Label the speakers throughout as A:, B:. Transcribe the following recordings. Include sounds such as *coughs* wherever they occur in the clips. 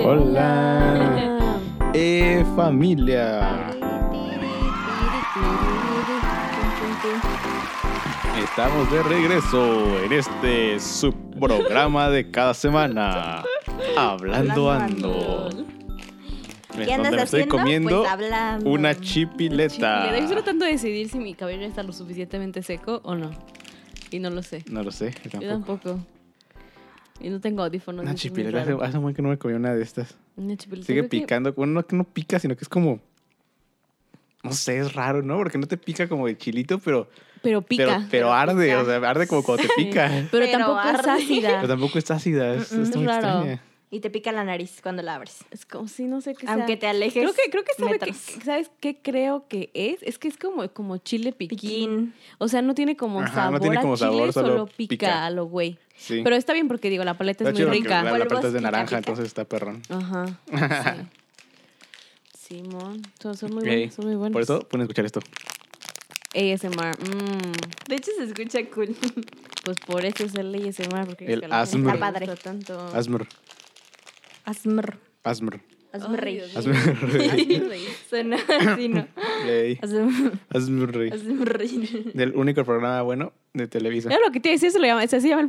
A: Hola. Eh, familia. Estamos de regreso en este subprograma de cada semana. Hablando ando.
B: ¿Qué
A: En
B: andas
A: donde me estoy
B: haciendo?
A: comiendo
B: Pues hablando.
A: una
C: Mira, yo solo
A: chipileta.
C: tanto de decidir si mi cabello está lo suficientemente seco o no. Y no lo sé.
A: No lo sé, yo
C: Yo
A: tampoco.
C: tampoco. Y no tengo audífonos.
A: Una
C: eso es muy
A: chipileta. Hace,
C: raro.
A: hace un buen que no me comí una de estas.
C: Una chipileta.
A: Sigue
C: creo que-
A: picando. Bueno, no que no pica, sino que es como. No sé, es raro, ¿no? Porque no te pica como de chilito, pero.
C: Pero pica.
A: Pero, pero, arde,
B: pica.
A: o sea, arde como cuando te
C: Sí.
A: pica.
C: Pero,
B: Pero
C: tampoco es
B: arde.
C: ácida.
A: Pero tampoco está ácida, es,
C: Ah. Mm,
A: es
C: es
A: muy
C: raro.
A: extraña.
B: Y te pica la nariz cuando la abres.
C: Es como si no sé qué sea.
B: Aunque te alejes.
C: Creo que, creo que, sabe que
B: metros.
C: ¿sabes qué creo que es? Es que es como, como chile piquín.
B: Piquín.
C: O sea, no tiene como
A: Ajá,
C: sabor
A: no tiene
C: a
A: como
C: chile,
A: sabor,
C: solo,
A: solo
C: pica,
A: pica.
C: a lo güey.
A: Sí.
C: Pero está bien porque, digo, la paleta
A: Está
C: es muy
A: chido porque
C: rica.
A: La, la
B: Polvos,
A: planta es de
B: pica,
A: naranja,
B: pica.
A: entonces está perrón. *laughs*
C: Ajá. sí. Simón. Son, son muy buenos,
A: Ey,
C: son muy buenos.
A: Por eso, pueden escuchar esto.
C: ASMR. mm,
B: De hecho, se escucha cool.
C: *laughs* pues por eso es el ASMR. Porque
A: El
C: es que a la gente
A: ASMR.
C: le gusta
B: Está padre.
C: tanto.
A: Asmr,
B: Asmr.
A: asmr,
B: Hazme
C: Ay,
B: reír.
C: Dios mío.
A: asmr.
B: *laughs*
A: *laughs*
B: Suena así,
C: *laughs*
B: ¿no?
A: Ey,
B: Hazme
A: asmr.
B: hazme reír.
A: Del único programa bueno de Televisa.
C: Claro, lo que te decía, eso lo llama, así se llama el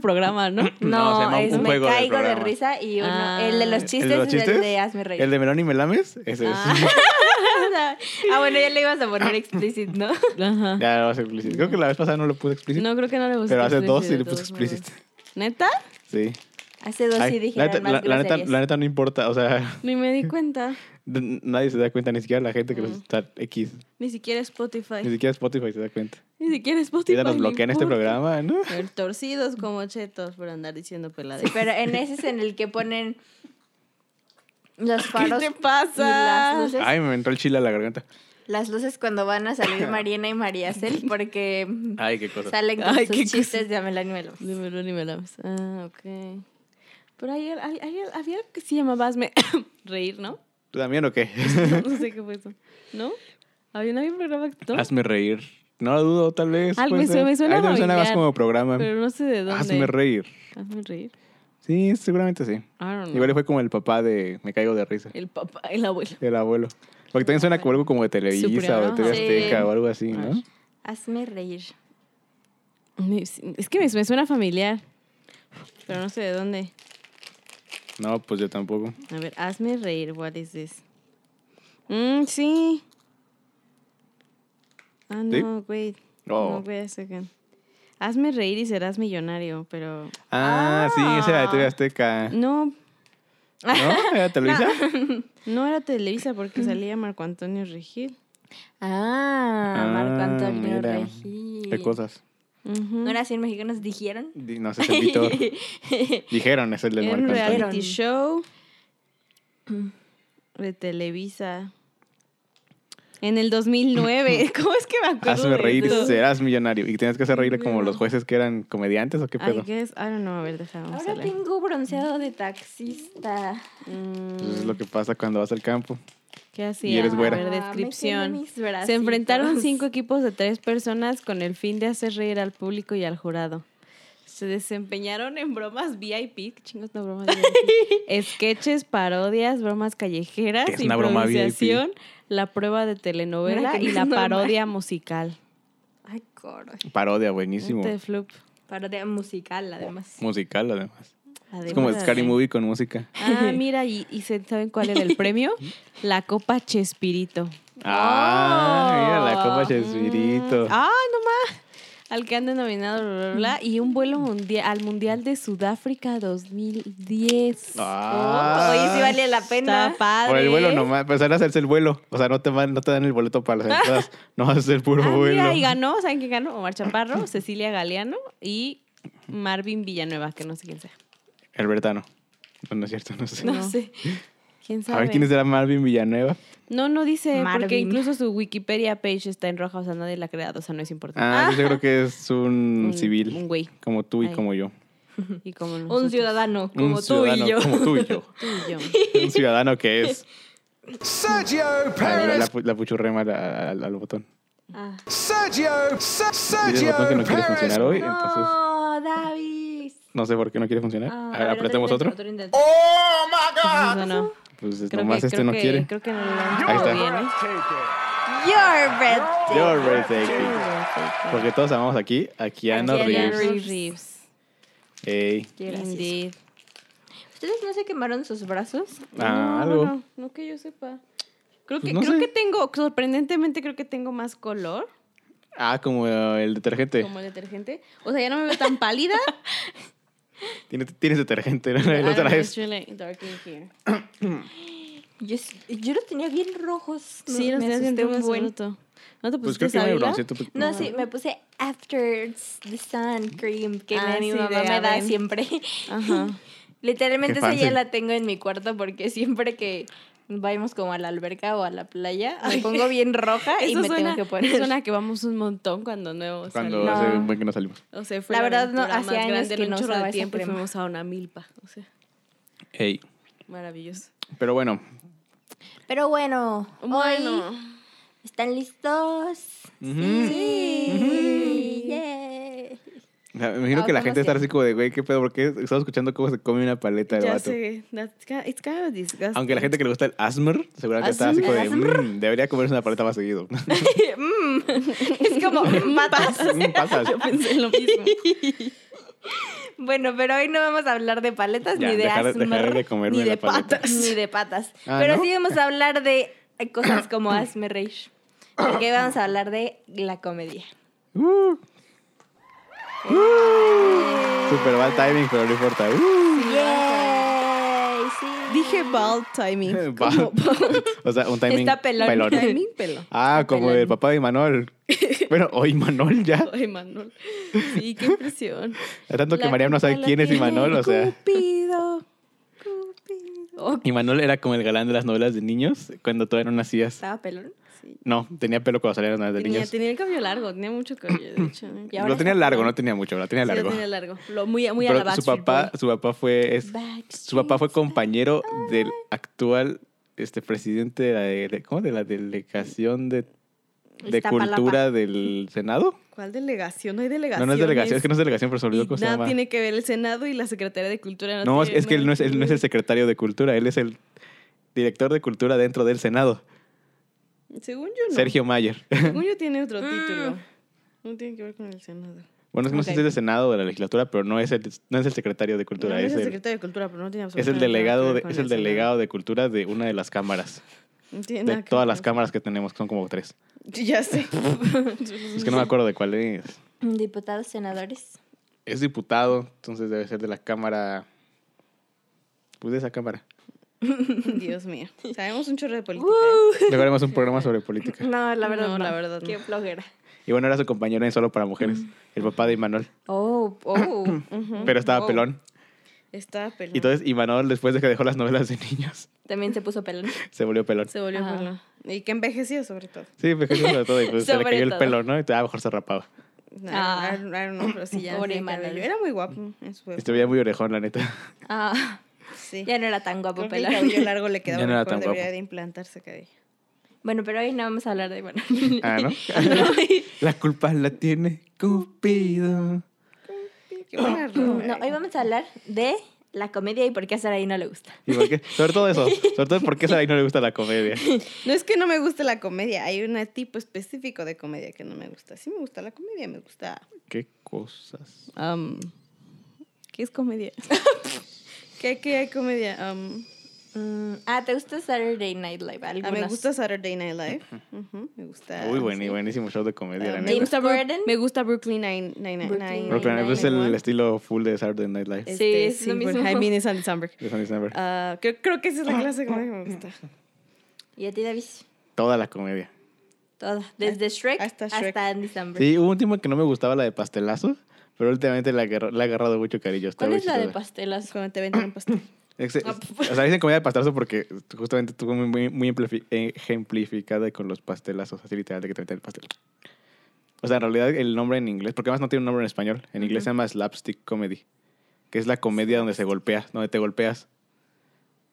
A: *laughs*
C: programa, ¿no?
A: No, se
B: No,
A: llama
B: es
A: un
B: me
A: juego del
B: caigo de
A: programa.
B: risa y uno.
C: Ah.
B: El de los
C: ¿El de
B: chistes
A: los
B: es el
A: chistes?
B: de hazme reír.
A: El de Melón y Melames, ese es.
C: Ah.
B: *laughs* ah, bueno, ya le ibas a poner explícito, ¿no?
C: Ajá.
A: *laughs* Ya lo hace explícito. Creo que la vez pasada no lo puse explícito.
C: No, creo que no le gusta.
A: pero hace dos
C: sí
A: sí le puse explícito.
C: ¿Neta?
A: Sí.
B: Hace dos
A: Ay,
B: sí dije.
A: la, neta, la- la neta, la neta no importa, o sea, *laughs*
C: Ni me di cuenta.
A: n- nadie se da cuenta, ni siquiera la gente que
C: Mm.
A: nos está X,
C: Ni siquiera Spotify.
A: ni siquiera Spotify se da cuenta.
C: Ni siquiera Spotify.
A: Ya nos
C: le
A: bloquean este
C: importa.
A: programa, ¿no?
C: El torcidos como chetos por andar diciendo peladas.
B: *laughs*
C: *laughs*
B: Pero en ese es en el que ponen los faros
C: te
B: y las
C: pasa?
B: luces.
A: Ay, me entró el chile a la garganta.
B: Las luces cuando van a
A: *laughs*
B: salir Mariana y Mariacel porque
A: Ah, Ay, qué cosa.
B: salen con
C: Ay,
B: sus
C: qué cosa.
B: chistes de Amela Nuelo.
C: De
A: Pues,
C: melón y melames. Ah, ok. Pero ayer, ayer, ayer había algo que se llamaba hazme *coughs*
A: *laughs*
C: reír, ¿no?
A: ¿Tú también o qué?
C: No sé qué fue eso. ¿No? Había no había un programa que
A: *laughs*
C: todo,
A: Hazme reír. No lo dudo, tal vez.
C: Algo
A: puede
C: me
A: ser.
C: suena- me suena
A: Algo suena más
C: familiar,
A: como programa.
C: pero no sé de dónde.
A: Hazme reír.
C: Hazme reír.
A: Sí, seguramente sí.
C: I don't know.
A: Igual fue como el papá de Me caigo de risa.
C: El papá, el abuelo.
A: El abuelo. Porque también suena como algo como de Televisa o de
C: programa.
A: TV
B: Sí.
A: Azteca o algo así, ¿no?
C: Ay.
B: Hazme reír.
C: Me- Es que me, me suena familiar. Pero no sé de dónde.
A: No, pues yo tampoco.
C: A ver, hazme reír. What is this? Mm, sí. Ah,
A: ¿Sí?
C: no, wait.
A: Oh.
C: No, wait a second. Hazme reír y serás millonario, pero...
A: Ah, sí, ese era de TV Azteca.
C: No,
A: ¿No?
C: *laughs*
A: ¿Era Televisa?
C: no era Televisa porque salía Marco Antonio Regil.
B: Ah, Marco
A: Ah,
B: Antonio
A: mira.
B: Regil.
A: ¿Qué cosas?
C: Ujú.
B: ¿No era 100 mexicanos dijeron?
A: Di- No sé, es el
C: *laughs*
A: Víctor. Dijeron, es el del
C: Era
A: Marco
C: un
A: Antonio.
C: reality show
B: Mm.
C: de Televisa. En
A: *laughs*
C: el 2009. ¿Cómo es que me acuerdo
A: Hazme
C: de
A: reír,
C: esto?
A: serás millonario. Y tenías que hacer reír como
C: No.
A: los jueces que eran comediantes o qué
C: I
A: pedo.
C: guess, I don't know, a ver, déjame vamos a
B: Ahora
C: leer.
B: tengo bronceado de taxista.
A: Pues es
C: Mm,
A: lo que pasa cuando vas al campo.
C: ¿Qué hacía?
A: Y eres güera.
C: A ver,
B: Ah, me quedan
C: descripción.
B: mis
C: Se
B: bracitos.
C: enfrentaron cinco equipos de tres personas con el fin de hacer reír al público y al jurado. Se desempeñaron en bromas VIP, ¿qué chingos no bromas VIP? sketches, parodias, bromas callejeras,
A: ¿Qué es una broma VIP?
C: improvisación, la prueba de
B: Una
C: telenovela
B: que
C: y
B: no
C: la
B: es normal.
C: parodia musical.
B: Ay, coro.
A: Parodia, buenísimo.
C: Este flup,
B: Parodia musical, además.
A: Musical, además.
C: la de
A: Es como
C: Moda,
A: Scary
C: sí.
A: Movie con música.
C: Ah, mira, y, y se- ¿saben cuál era el
A: *laughs*
C: premio? La Copa Chespirito.
A: Ah, mira la copa
B: Mm.
A: Chespirito.
C: Oh. Mm, Ah, Oh. no más. Al que han denominado bla, bla, bla, y un vuelo mundial al Mundial de Sudáfrica 2010.
A: Ah.
B: Oye, sí vale la pena.
C: Está padre.
A: Por el vuelo nomás, pues ahora es el vuelo. O sea, no te, van- no te dan el boleto para las
C: *laughs*
A: entradas. No es el puro
C: Ah,
A: vuelo.
C: mira, y ganó, ¿saben quién ganó? Omar Chaparro, *laughs* Cecilia Galeano y Marvin Villanueva, que no sé quién sea.
A: El bretano. No, no es cierto, no sé.
C: No,
B: No sé.
C: ¿Quién
A: A
C: sabe?
A: ver quién será Marvin Villanueva.
C: No, no dice, porque
B: Marvin.
C: incluso su Wikipedia page está en roja, o sea, nadie la ha creado, o sea, no es importante.
A: Ah,
C: *laughs*
A: yo creo que es Ah, un, civil.
C: Un güey.
A: Como tú y
C: Ay.
A: como yo.
C: Y como
B: Un
C: nosotros.
B: ciudadano
A: Un
B: como tú
A: ciudadano
B: y yo.
A: Como tú y yo.
C: Tú y *laughs* yo.
A: un ciudadano que es.
D: Sergio
A: Ay, La,
D: Perez.
A: pu- la puchurré mal a- al, al botón.
B: Ah.
D: Sergio. Se-
A: Dice el
D: Sergio
A: botón que no quiere
D: Perez.
A: funcionar hoy, *laughs* entonces
B: No, David.
A: no sé por qué no quiere funcionar.
B: Ah,
A: A
B: a
A: ver,
B: ver,
A: apretemos
B: intento,
A: otro.
B: intento.
D: Oh my God.
C: o no?
A: Pues
C: Creo
A: nomás
C: que,
A: este
C: creo
A: no
C: que-
A: quiere.
C: Creo que no
A: Ahí está.
C: viene.
B: Your breath.
A: Your birthday cake. Porque todos amamos aquí a Keanu
B: A Keanu
A: Reeves.
B: Reeves.
C: Reeves.
A: Ey.
C: Indeed.
B: ¿Ustedes no se quemaron sus brazos?
A: Ah,
C: no,
A: algo.
C: No, no que yo sepa. Creo
A: Pues
C: que,
A: no
C: creo
A: sé.
C: que tengo, sorprendentemente creo que tengo más color
A: Ah, como el detergente.
C: como el detergente. O sea, ya no me veo tan
A: *laughs*
C: pálida.
A: Tiene- Tienes detergente, ¿no?
C: I
A: La
C: don't
A: otra
C: know,
A: vez.
C: it's really dark in here.
B: Yo, s- yo los tenía bien rojos. Me-
C: Sí, no
B: me
C: sé,
B: asusté
C: siento
B: un
C: más
B: buen.
C: bruto. ¿No te
A: Pues
C: pusiste
A: creo que me
C: sábila?
A: bronceé. tú-
B: No, sí, me puse After the Sun Cream que
C: Ah,
B: mi
C: sí,
B: mamá
C: de
B: me da
C: Avon.
B: siempre. *laughs*
C: Ajá.
B: Literalmente
A: Qué
B: esa ya
A: fancy.
B: la tengo en mi cuarto porque siempre que vayamos como a la alberca o a la playa, me pongo bien roja Ah, y
C: Eso
B: me
C: suena,
B: tengo que poner.
C: suena que vamos un montón cuando nuevo
A: Cuando
C: salimos.
A: hace
B: No.
A: un buen que no salimos.
C: O sea, fue
B: La
C: la,
B: verdad, no,
C: aventura más
B: hacía años
C: grande en
B: que
C: un
B: no
C: chorro
B: usaba
C: de
B: esa
C: tiempo y
B: crema.
C: fuimos a una milpa. O sea,
A: Ey.
C: maravilloso.
A: Pero bueno.
B: *laughs* Pero bueno,
C: Bueno,
B: hoy ¿están listos?
A: Ujú.
B: Sí. Yeah.
A: O sea, Me imagino
B: Ah,
A: que la
B: ¿cómo
A: gente está
B: se-
A: así como de, güey, qué pedo, porque estaba escuchando cómo se come una paleta el
C: ya
A: vato.
C: sé. that's ki- It's kind of disgusting.
A: Aunque la gente
C: *laughs*
A: que le gusta el asmer, seguramente está así como de, "Mm, debería comerse una paleta más seguido. *laughs*
B: Mm. *laughs* Es como patas.
A: Mm, Pasas.
C: Yo pensé lo mismo.
B: Bueno, pero hoy no vamos a hablar de paletas
A: Ya,
B: ni de
A: dejar-
B: asmr,
A: dejar de comerme
B: ni de
A: la paleta.
B: patas, ni de patas.
A: Ah,
B: pero
A: ¿no?
B: sí vamos a hablar de eh, cosas como asme rage. Porque vamos a hablar de la comedia.
A: Uh. Super mal timing, pero no importa. Uh.
B: Yay, sí.
C: Dije bald
A: *laughs*
C: timing.
A: Va. *laughs* o sea, un timing
B: Está pelón.
C: Timing pelo.
A: Ah, como el papá de
C: *laughs*
A: Manuel. Bueno, o Imanol ya.
C: Ay, Manuel. Sí,
A: *laughs*
C: qué impresión.
A: Tanto que
C: La
A: Mariam no sabe
C: culpa la
A: quién es
C: tiene
A: Imanol, o sea.
C: Cupido. Cupido. Oh,
A: Imanol era como el galán de las novelas de niños cuando todavía no nacías.
B: Estaba pelón.
A: No, tenía pelo cuando salían las novelas de
C: tenía,
A: niños.
C: tenía el cabello largo, tenía mucho cabello, de hecho.
B: Y ahora
A: Lo tenía
B: está
A: largo,
B: pelón.
A: no tenía mucho, lo tenía
C: Sí,
A: largo.
C: lo tenía largo. Lo- muy muy a la
A: Pero su
C: Backstreet
A: papá,
C: Boy.
A: su papá fue es- su papá fue compañero del actual este presidente de la dele- ¿cómo? de la delegación de, de
B: Iztapalapa.
A: cultura del Senado.
C: ¿Cuál delegación? No hay delegación.
A: No, no es delegación, es que no es delegación, pero se me olvidó
C: Y
A: cómo se
C: nada
A: llama.
C: tiene que ver el Senado y la Secretaría de Cultura. No,
A: No, es,
C: tienen
A: es que él
C: nada
A: no es,
C: que
A: él no es el
C: ver.
A: secretario de cultura, él es el director de cultura dentro del Senado,
C: Según yo no.
A: Sergio Mayer. *laughs*
C: Según yo tiene *laughs* otro
B: Mm.
C: título. No tiene que ver con el Senado.
A: Bueno, es que no sé
C: Ok.
A: si es del Senado o de la legislatura, pero no es el, no es el secretario de cultura,
C: No, no
A: es,
C: el
A: el,
C: secretario de Cultura, pero no tiene
A: es el
C: absolutamente
A: delegado,
C: nada
A: de,
C: que ver con
A: es el
C: Senado.
A: delegado de cultura de una de las cámaras,
C: No tiene nada
A: de
C: que
A: todas
C: ver
A: las
C: con-
A: cámaras que tenemos, que son como tres.
C: *laughs*
A: *laughs*
C: Ya sé.
A: Es que no me acuerdo de cuál es.
B: Diputados, senadores.
A: Es diputado, entonces debe ser de la Cámara. Pues de esa Cámara.
C: Dios mío. Sabemos un chorro de política. ¿eh?
A: Luego haremos un programa sobre política.
B: No, la verdad.
C: No,
B: No,
C: la verdad no.
B: Qué flojera.
A: Y bueno, era su compañero en Solo para Mujeres, el papá de Imanol,
B: Oh, oh.
C: ¿eh? Ujú.
A: pero estaba
C: Wow.
A: pelón.
C: Estaba pelón.
A: Y entonces Imanol, después de que dejó las novelas de niños,
B: *coughs*
A: *laughs*
B: También se puso pelón.
A: se volvió pelón.
C: Se volvió
B: Ajá.
C: pelón. Y que envejeció sobre todo.
A: Sí, porque eso sobre todo, y pues se le
B: Sobre
A: cayó el
B: todo.
A: pelo, ¿no? Y a mejor se rapaba.
C: No,
B: Ah.
C: I don't- I don't know, pero sí ya
B: Pobre
C: tenía
B: Manuel.
C: cabello. Era muy guapo en su
A: Y
C: época.
A: se veía muy orejón, la neta.
B: *laughs* Ah,
C: Sí.
B: ya no era tan guapo
C: Creo que el
B: pelón.
C: cabello largo le
A: *laughs*
C: quedaba
A: Ya no era
C: mejor,
A: tan
C: debería
A: guapo.
C: de
A: *laughs*
C: implantarse cabello.
B: *laughs* Bueno, pero hoy no vamos a hablar de bueno. *laughs*
A: Ah, ¿no? la culpa la tiene Cupido.
C: Qué buena rola,
B: No,
C: eh.
B: hoy vamos a hablar de la comedia y por qué a Saraí no le gusta.
A: ¿Y por qué? Sobre todo eso. Sobre todo porque a Sarai no le gusta
B: *laughs*
A: la comedia.
C: No es que no me guste la comedia, hay un tipo específico de comedia que no me gusta. Sí me gusta la comedia, me gusta...
A: Qué cosas.
C: um, ¿Qué es comedia? *laughs* ¿Qué, qué hay comedia? Um,
B: Mm, ah, ¿te gusta Saturday Night Live?
C: ah,
B: Algunos.
C: me gusta Saturday Night Live. Ujú, me gusta...
A: Muy buen,
C: sí.
A: buenísimo show de
C: Um,
A: comedia, la
C: me,
A: neta.
C: gusta Bru-
B: Gordon.
C: me gusta Brooklyn Nine- Nine-
B: Brooklyn
C: Nine-
A: Brooklyn Nine-Nine es el
C: Nine-Nine.
A: estilo full de Saturday Night Live.
B: Sí,
C: Este,
B: es lo
C: sí,
B: mismo.
C: bueno, I mean, it's *laughs* Andy Samberg.
A: de Sunny Sandberg.
C: Ah, creo, creo que esa es la clase de comedia que me gusta.
B: ¿Y a ti, David?
A: Toda la comedia.
B: Toda. Desde Shrek hasta,
C: hasta Ah, Shrek.
B: Andy Samberg.
A: Sí, hubo un tiempo que no me gustaba la de pastelazo, pero últimamente la agarra- le he agarrado mucho cariño. Está
B: ¿Cuál
A: muy
B: es la de
A: chistosa.
B: pastelas?
C: Cuando te venden un pastel.
A: Ex-
B: Ah, *laughs* pues.
A: O sea, dicen comida de pastelazo porque justamente estuvo muy, muy, muy emplefi- eh, ejemplificada con los pastelazos, así literal de que te meten el pastel. O sea, en realidad el nombre en inglés, porque además no tiene un nombre en español, en inglés se llama slapstick comedy, que es la comedia donde se golpea, donde te golpeas.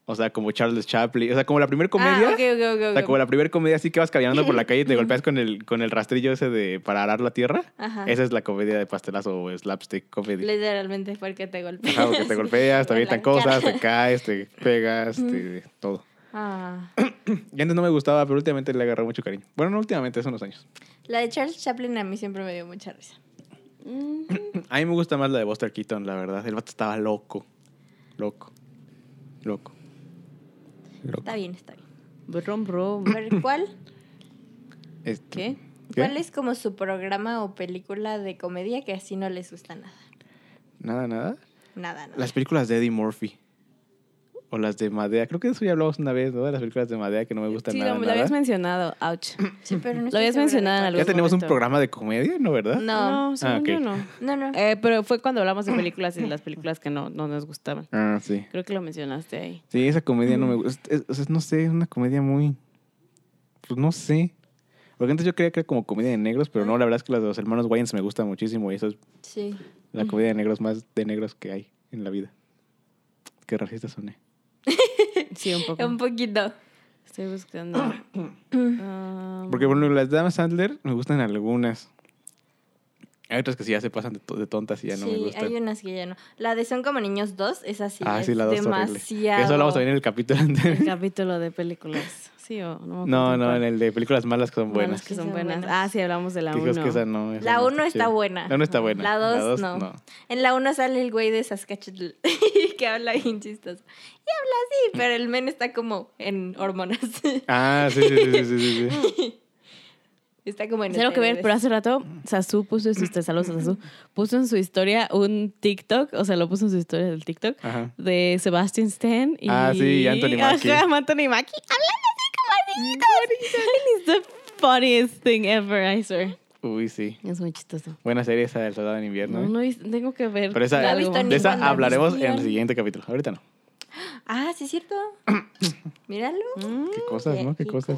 A: O sea, como Charles Chaplin. O sea, como la primera comedia.
B: Ah, ok, ok, ok,
A: O
B: ok.
A: sea, como la primera comedia así que vas caminando por la calle y te golpeas con el, con el rastrillo ese de para arar la tierra.
B: Ajá.
A: Esa es la comedia de pastelazo o slapstick comedy.
B: Literalmente porque te golpeas.
A: *laughs* Ajá, porque te golpeas, te
B: Con
A: Mm.
B: la
A: avientan cosas, *laughs*
B: cara.
A: te caes, te pegas, te- todo.
B: *laughs* Ah.
A: Y antes no me gustaba, pero últimamente le agarré mucho cariño. Bueno, no últimamente, hace unos años.
B: La de Charles Chaplin a mí siempre me dio mucha risa.
A: A mí me gusta más la de Buster Keaton, la verdad. El vato estaba loco. Loco. Loco. Loco.
B: Está bien, está bien.
C: Brum, brum.
B: A
A: *coughs*
B: ver, ¿Cuál,
A: Este,
C: ¿Qué?
A: ¿qué?
B: ¿Cuál es como su programa o película de comedia que así no les gusta nada?
A: Nada, nada.
B: Nada, nada.
A: Las películas de Eddie Murphy. O las de Madea. Creo que de eso ya hablamos una vez, ¿no? De las películas de Madea que no me gustan
C: Sí,
A: nada.
C: lo, lo
A: nada.
C: habías mencionado. Ouch.
B: Sí, pero no
C: Lo
B: estoy segura
C: habías
B: de
C: mencionado en
B: cuál.
A: Ya
C: algún
A: tenemos
C: momento.
A: un programa de comedia, ¿no? ¿Verdad?
B: No.
C: No, según
A: Ah, ok.
C: yo no.
B: No, no.
C: Eh, pero fue cuando hablamos de películas y de las películas que no, no nos gustaban.
A: Ah, sí.
C: Creo que lo mencionaste ahí.
A: Sí, esa comedia
B: Mm.
A: no me gusta. Es- es- O sea, no sé, es una comedia muy. Pues no sé. Porque antes yo creía que era como comedia de negros, pero no, la verdad es que las de los hermanos Wayans me gusta muchísimo y eso es
B: Sí.
A: la comedia de negros más de negros que hay en la vida. Qué racista soné.
C: Sí, *laughs* un poco.
B: Un poquito.
C: Estoy buscando. *coughs* Ah,
A: Porque, bueno, las de Adam Sandler me gustan algunas. Hay otras que sí ya se pasan de, to- de tontas y ya no me
B: sí,
A: gustan.
B: hay unas que ya no. La de Son como niños 2 es así.
A: ah, sí,
B: es
A: la dos horrible.
B: demasiado.
A: Eso hablamos también en el capítulo anterior.
C: El capítulo de películas. Sí o no.
A: *laughs*
C: me
A: No,
C: acuerdo
A: no,
C: cuál.
A: en el de películas malas que son
C: Bueno,
A: buenas.
C: es que son buenas. Ah, sí, hablamos de la
A: Que dijimos
C: 1.
A: que esa no, esa
B: La
A: no
B: uno está
A: chida.
B: buena.
A: La uno está buena.
B: La dos,
A: dos,
B: no.
A: no.
B: En la 1 sale el güey de Saskatchewan *laughs* que habla bien chistoso. Y habla así, pero el men está como en hormonas. *laughs*
A: Ah, sí, sí, sí, sí, sí,
C: *laughs*
A: sí.
B: está como en
C: Cero que ver, pero
B: esteroides.
C: hace rato Sasu puso en su saludos a Sasu, puso en su historia un TikTok, o sea, lo puso en su historia del TikTok
A: Ajá.
C: de Sebastian Stan y
A: Ah, sí, y Anthony Mackie.
C: Ajá, Anthony Mackie. Hablando así como así. It's the funniest thing ever, I swear.
A: Uy, sí.
C: Es muy chistoso.
A: Buena serie esa del Soldado en Invierno.
C: No,
A: ¿eh?
C: no, he visto- tengo que ver.
A: Pero esa,
B: No he
C: algo
B: visto
C: más.
A: de esa
B: ninguna,
A: hablaremos en
B: Cristian.
A: el siguiente capítulo. Ahorita no.
B: Ah, sí, es
A: *coughs*
B: cierto. Míralo.
C: Mm.
A: Qué cosas, ¿no? Qué, cosas.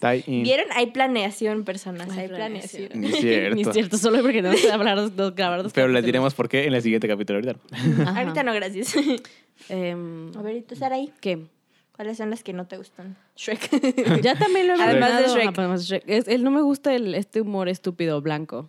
A: Tie in.
B: ¿Vieron? Hay planeación, personas.
C: Hay
B: Hay
C: planeación.
B: planeación.
A: *laughs* Ni *laughs* cierto.
C: *laughs* Ni es cierto, solo porque no sé hablar, no grabar dos
A: Pero les
C: capítulos.
A: diremos por qué en el siguiente capítulo. Ahorita no.
C: Ajá.
B: Ahorita no, gracias. *laughs*
C: Em,
B: A ver, ¿y tú, Saraí?
C: ¿Qué?
B: ¿Cuáles son las que no te gustan? *laughs* Shrek.
C: *laughs* Ya también lo he
B: Además de
C: mencionado.
B: Shrek.
C: Además de Shrek. Es- él no me gusta el, este humor estúpido blanco.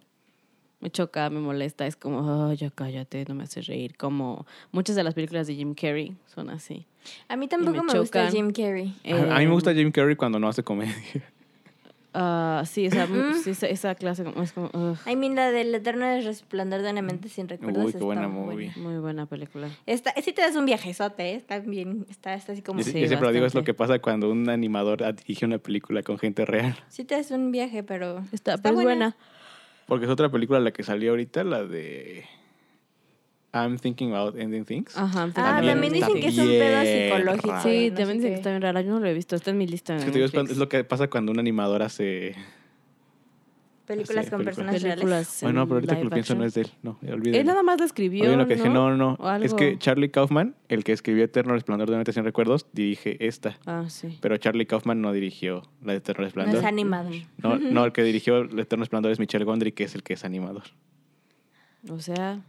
C: Me choca, me molesta. Es como, oh, ya cállate, no me hace reír. Como muchas de las películas de Jim Carrey son así.
B: A mí tampoco
C: Y me
B: me, gusta
C: chocan.
B: Jim Carrey.
A: A a mí me gusta
C: Em,
A: Jim Carrey cuando no hace comedia. *laughs*
C: ah, sí,
B: *laughs*
C: o sea, mu-
B: Mm.
C: sí, esa, esa clase como- es como, ugh,
B: I mean, la del eterno resplandor de una mente sin recuerdos.
A: Uy, qué
B: está
A: buena
B: muy
A: movie.
C: muy buena película.
B: Está, sí te das un viajezote, ¿eh? está bien, está, está así como...
A: Yo, yo
C: Sí,
B: Sí.
A: siempre lo digo, es
C: bastante.
A: lo que pasa cuando un animador dirige una película con gente real.
B: te das un viaje, pero...
C: Está, pero es buena.
A: Porque es otra película la que salió ahorita, la de I'm Thinking About Ending Things.
C: Ajá.
B: Ah,
A: También
B: también
A: está
B: dicen que es un pedo
A: bien
B: psicológico.
A: raro.
C: Sí,
B: no
C: también
B: sé
C: dicen que
B: qué.
C: está bien rara. Yo no lo he visto, está en mi lista.
A: Es,
C: en
A: que te digo, es, cuando-
C: Netflix.
A: es lo que pasa cuando una animadora se...
B: Películas
A: Sí,
B: con
A: películas.
B: personas reales.
C: Películas en
A: Bueno, pero ahorita que lo
C: live
A: pienso
C: action.
A: no es de él. No, olvídalo.
C: Él nada más la escribió,
A: Oye, lo que
C: ¿no?
A: dije, no, no,
C: O
A: no. Es que
C: algo.
A: Charlie Kaufman, el que escribió Eterno Resplandor de una mente sin recuerdos, dirige esta.
C: Ah, sí.
A: Pero Charlie Kaufman no dirigió la de Eterno
B: No
A: Resplandor.
B: es animador.
A: No, no, el que dirigió el Eterno Resplandor es Michel Gondry, que es el que es animador.
C: O sea,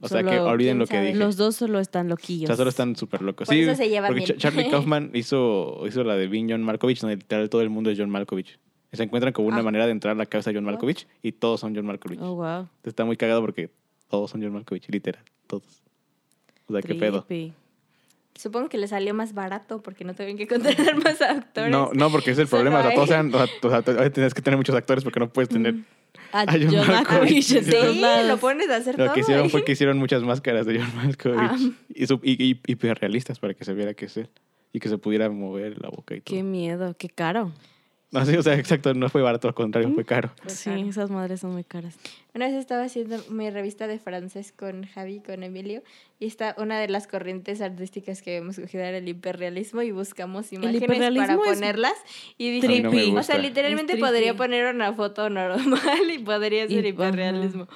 A: O sea,
C: Solo
A: que
B: quién
A: olviden lo que
B: sabe.
A: dije.
C: los dos solo están
A: o
C: loquillos.
A: sea, Eh, solo están súper locos.
B: Por
A: sí,
B: eso se llevan
A: porque
B: bien.
A: Cha-
B: *laughs*
A: Charlie Kaufman hizo, hizo la de Being John Malkovich, donde literal todo el mundo es John Malkovich. Se encuentran con una
B: Ah.
A: manera de entrar a la cabeza de John
B: What?
A: Malkovich y todos son John Malkovich.
C: Oh, wow.
A: Está muy cagado porque todos son John Malkovich, literal, todos. O sea, qué pedo.
C: Trippy.
B: Supongo que le salió más barato porque no tuvieron que contratar *laughs* más actores.
A: No, no, porque
B: *laughs*
A: es el
B: Solo
A: problema. O sea,
B: hay-
A: todos sean, o sea, o sea, t- ahorita tienes que tener muchos actores porque no puedes
B: Mm.
A: tener.
C: A
A: Hay un
C: John
A: Marco
C: Malkovich
B: Sí,
C: en todos lados.
B: lo pones a hacer
A: Lo
B: todo.
A: que hicieron
B: ahí.
A: fue que hicieron muchas máscaras de John Malkovich
B: Ah.
A: y, su- y, y- hiperrealistas para que se viera que es él y que se pudiera mover la boca y
C: Qué
A: todo.
C: miedo, qué caro.
A: No, sí, o sea, exacto, no fue barato, al contrario, fue caro.
B: Pues
C: Sí,
B: claro.
C: esas madres son muy caras.
B: Una vez estaba haciendo mi revista de francés con Javi, con Emilio, y está una de las corrientes artísticas que hemos cogido era el hiperrealismo y buscamos imágenes para
C: hiperrealismo es
B: ponerlas y
A: A mí
B: dije,
A: no
B: o
A: me
B: sea,
A: gusta.
B: literalmente
C: Es
B: podría
C: trippy.
B: poner una foto normal y podría ser
C: Y-
B: hiperrealismo.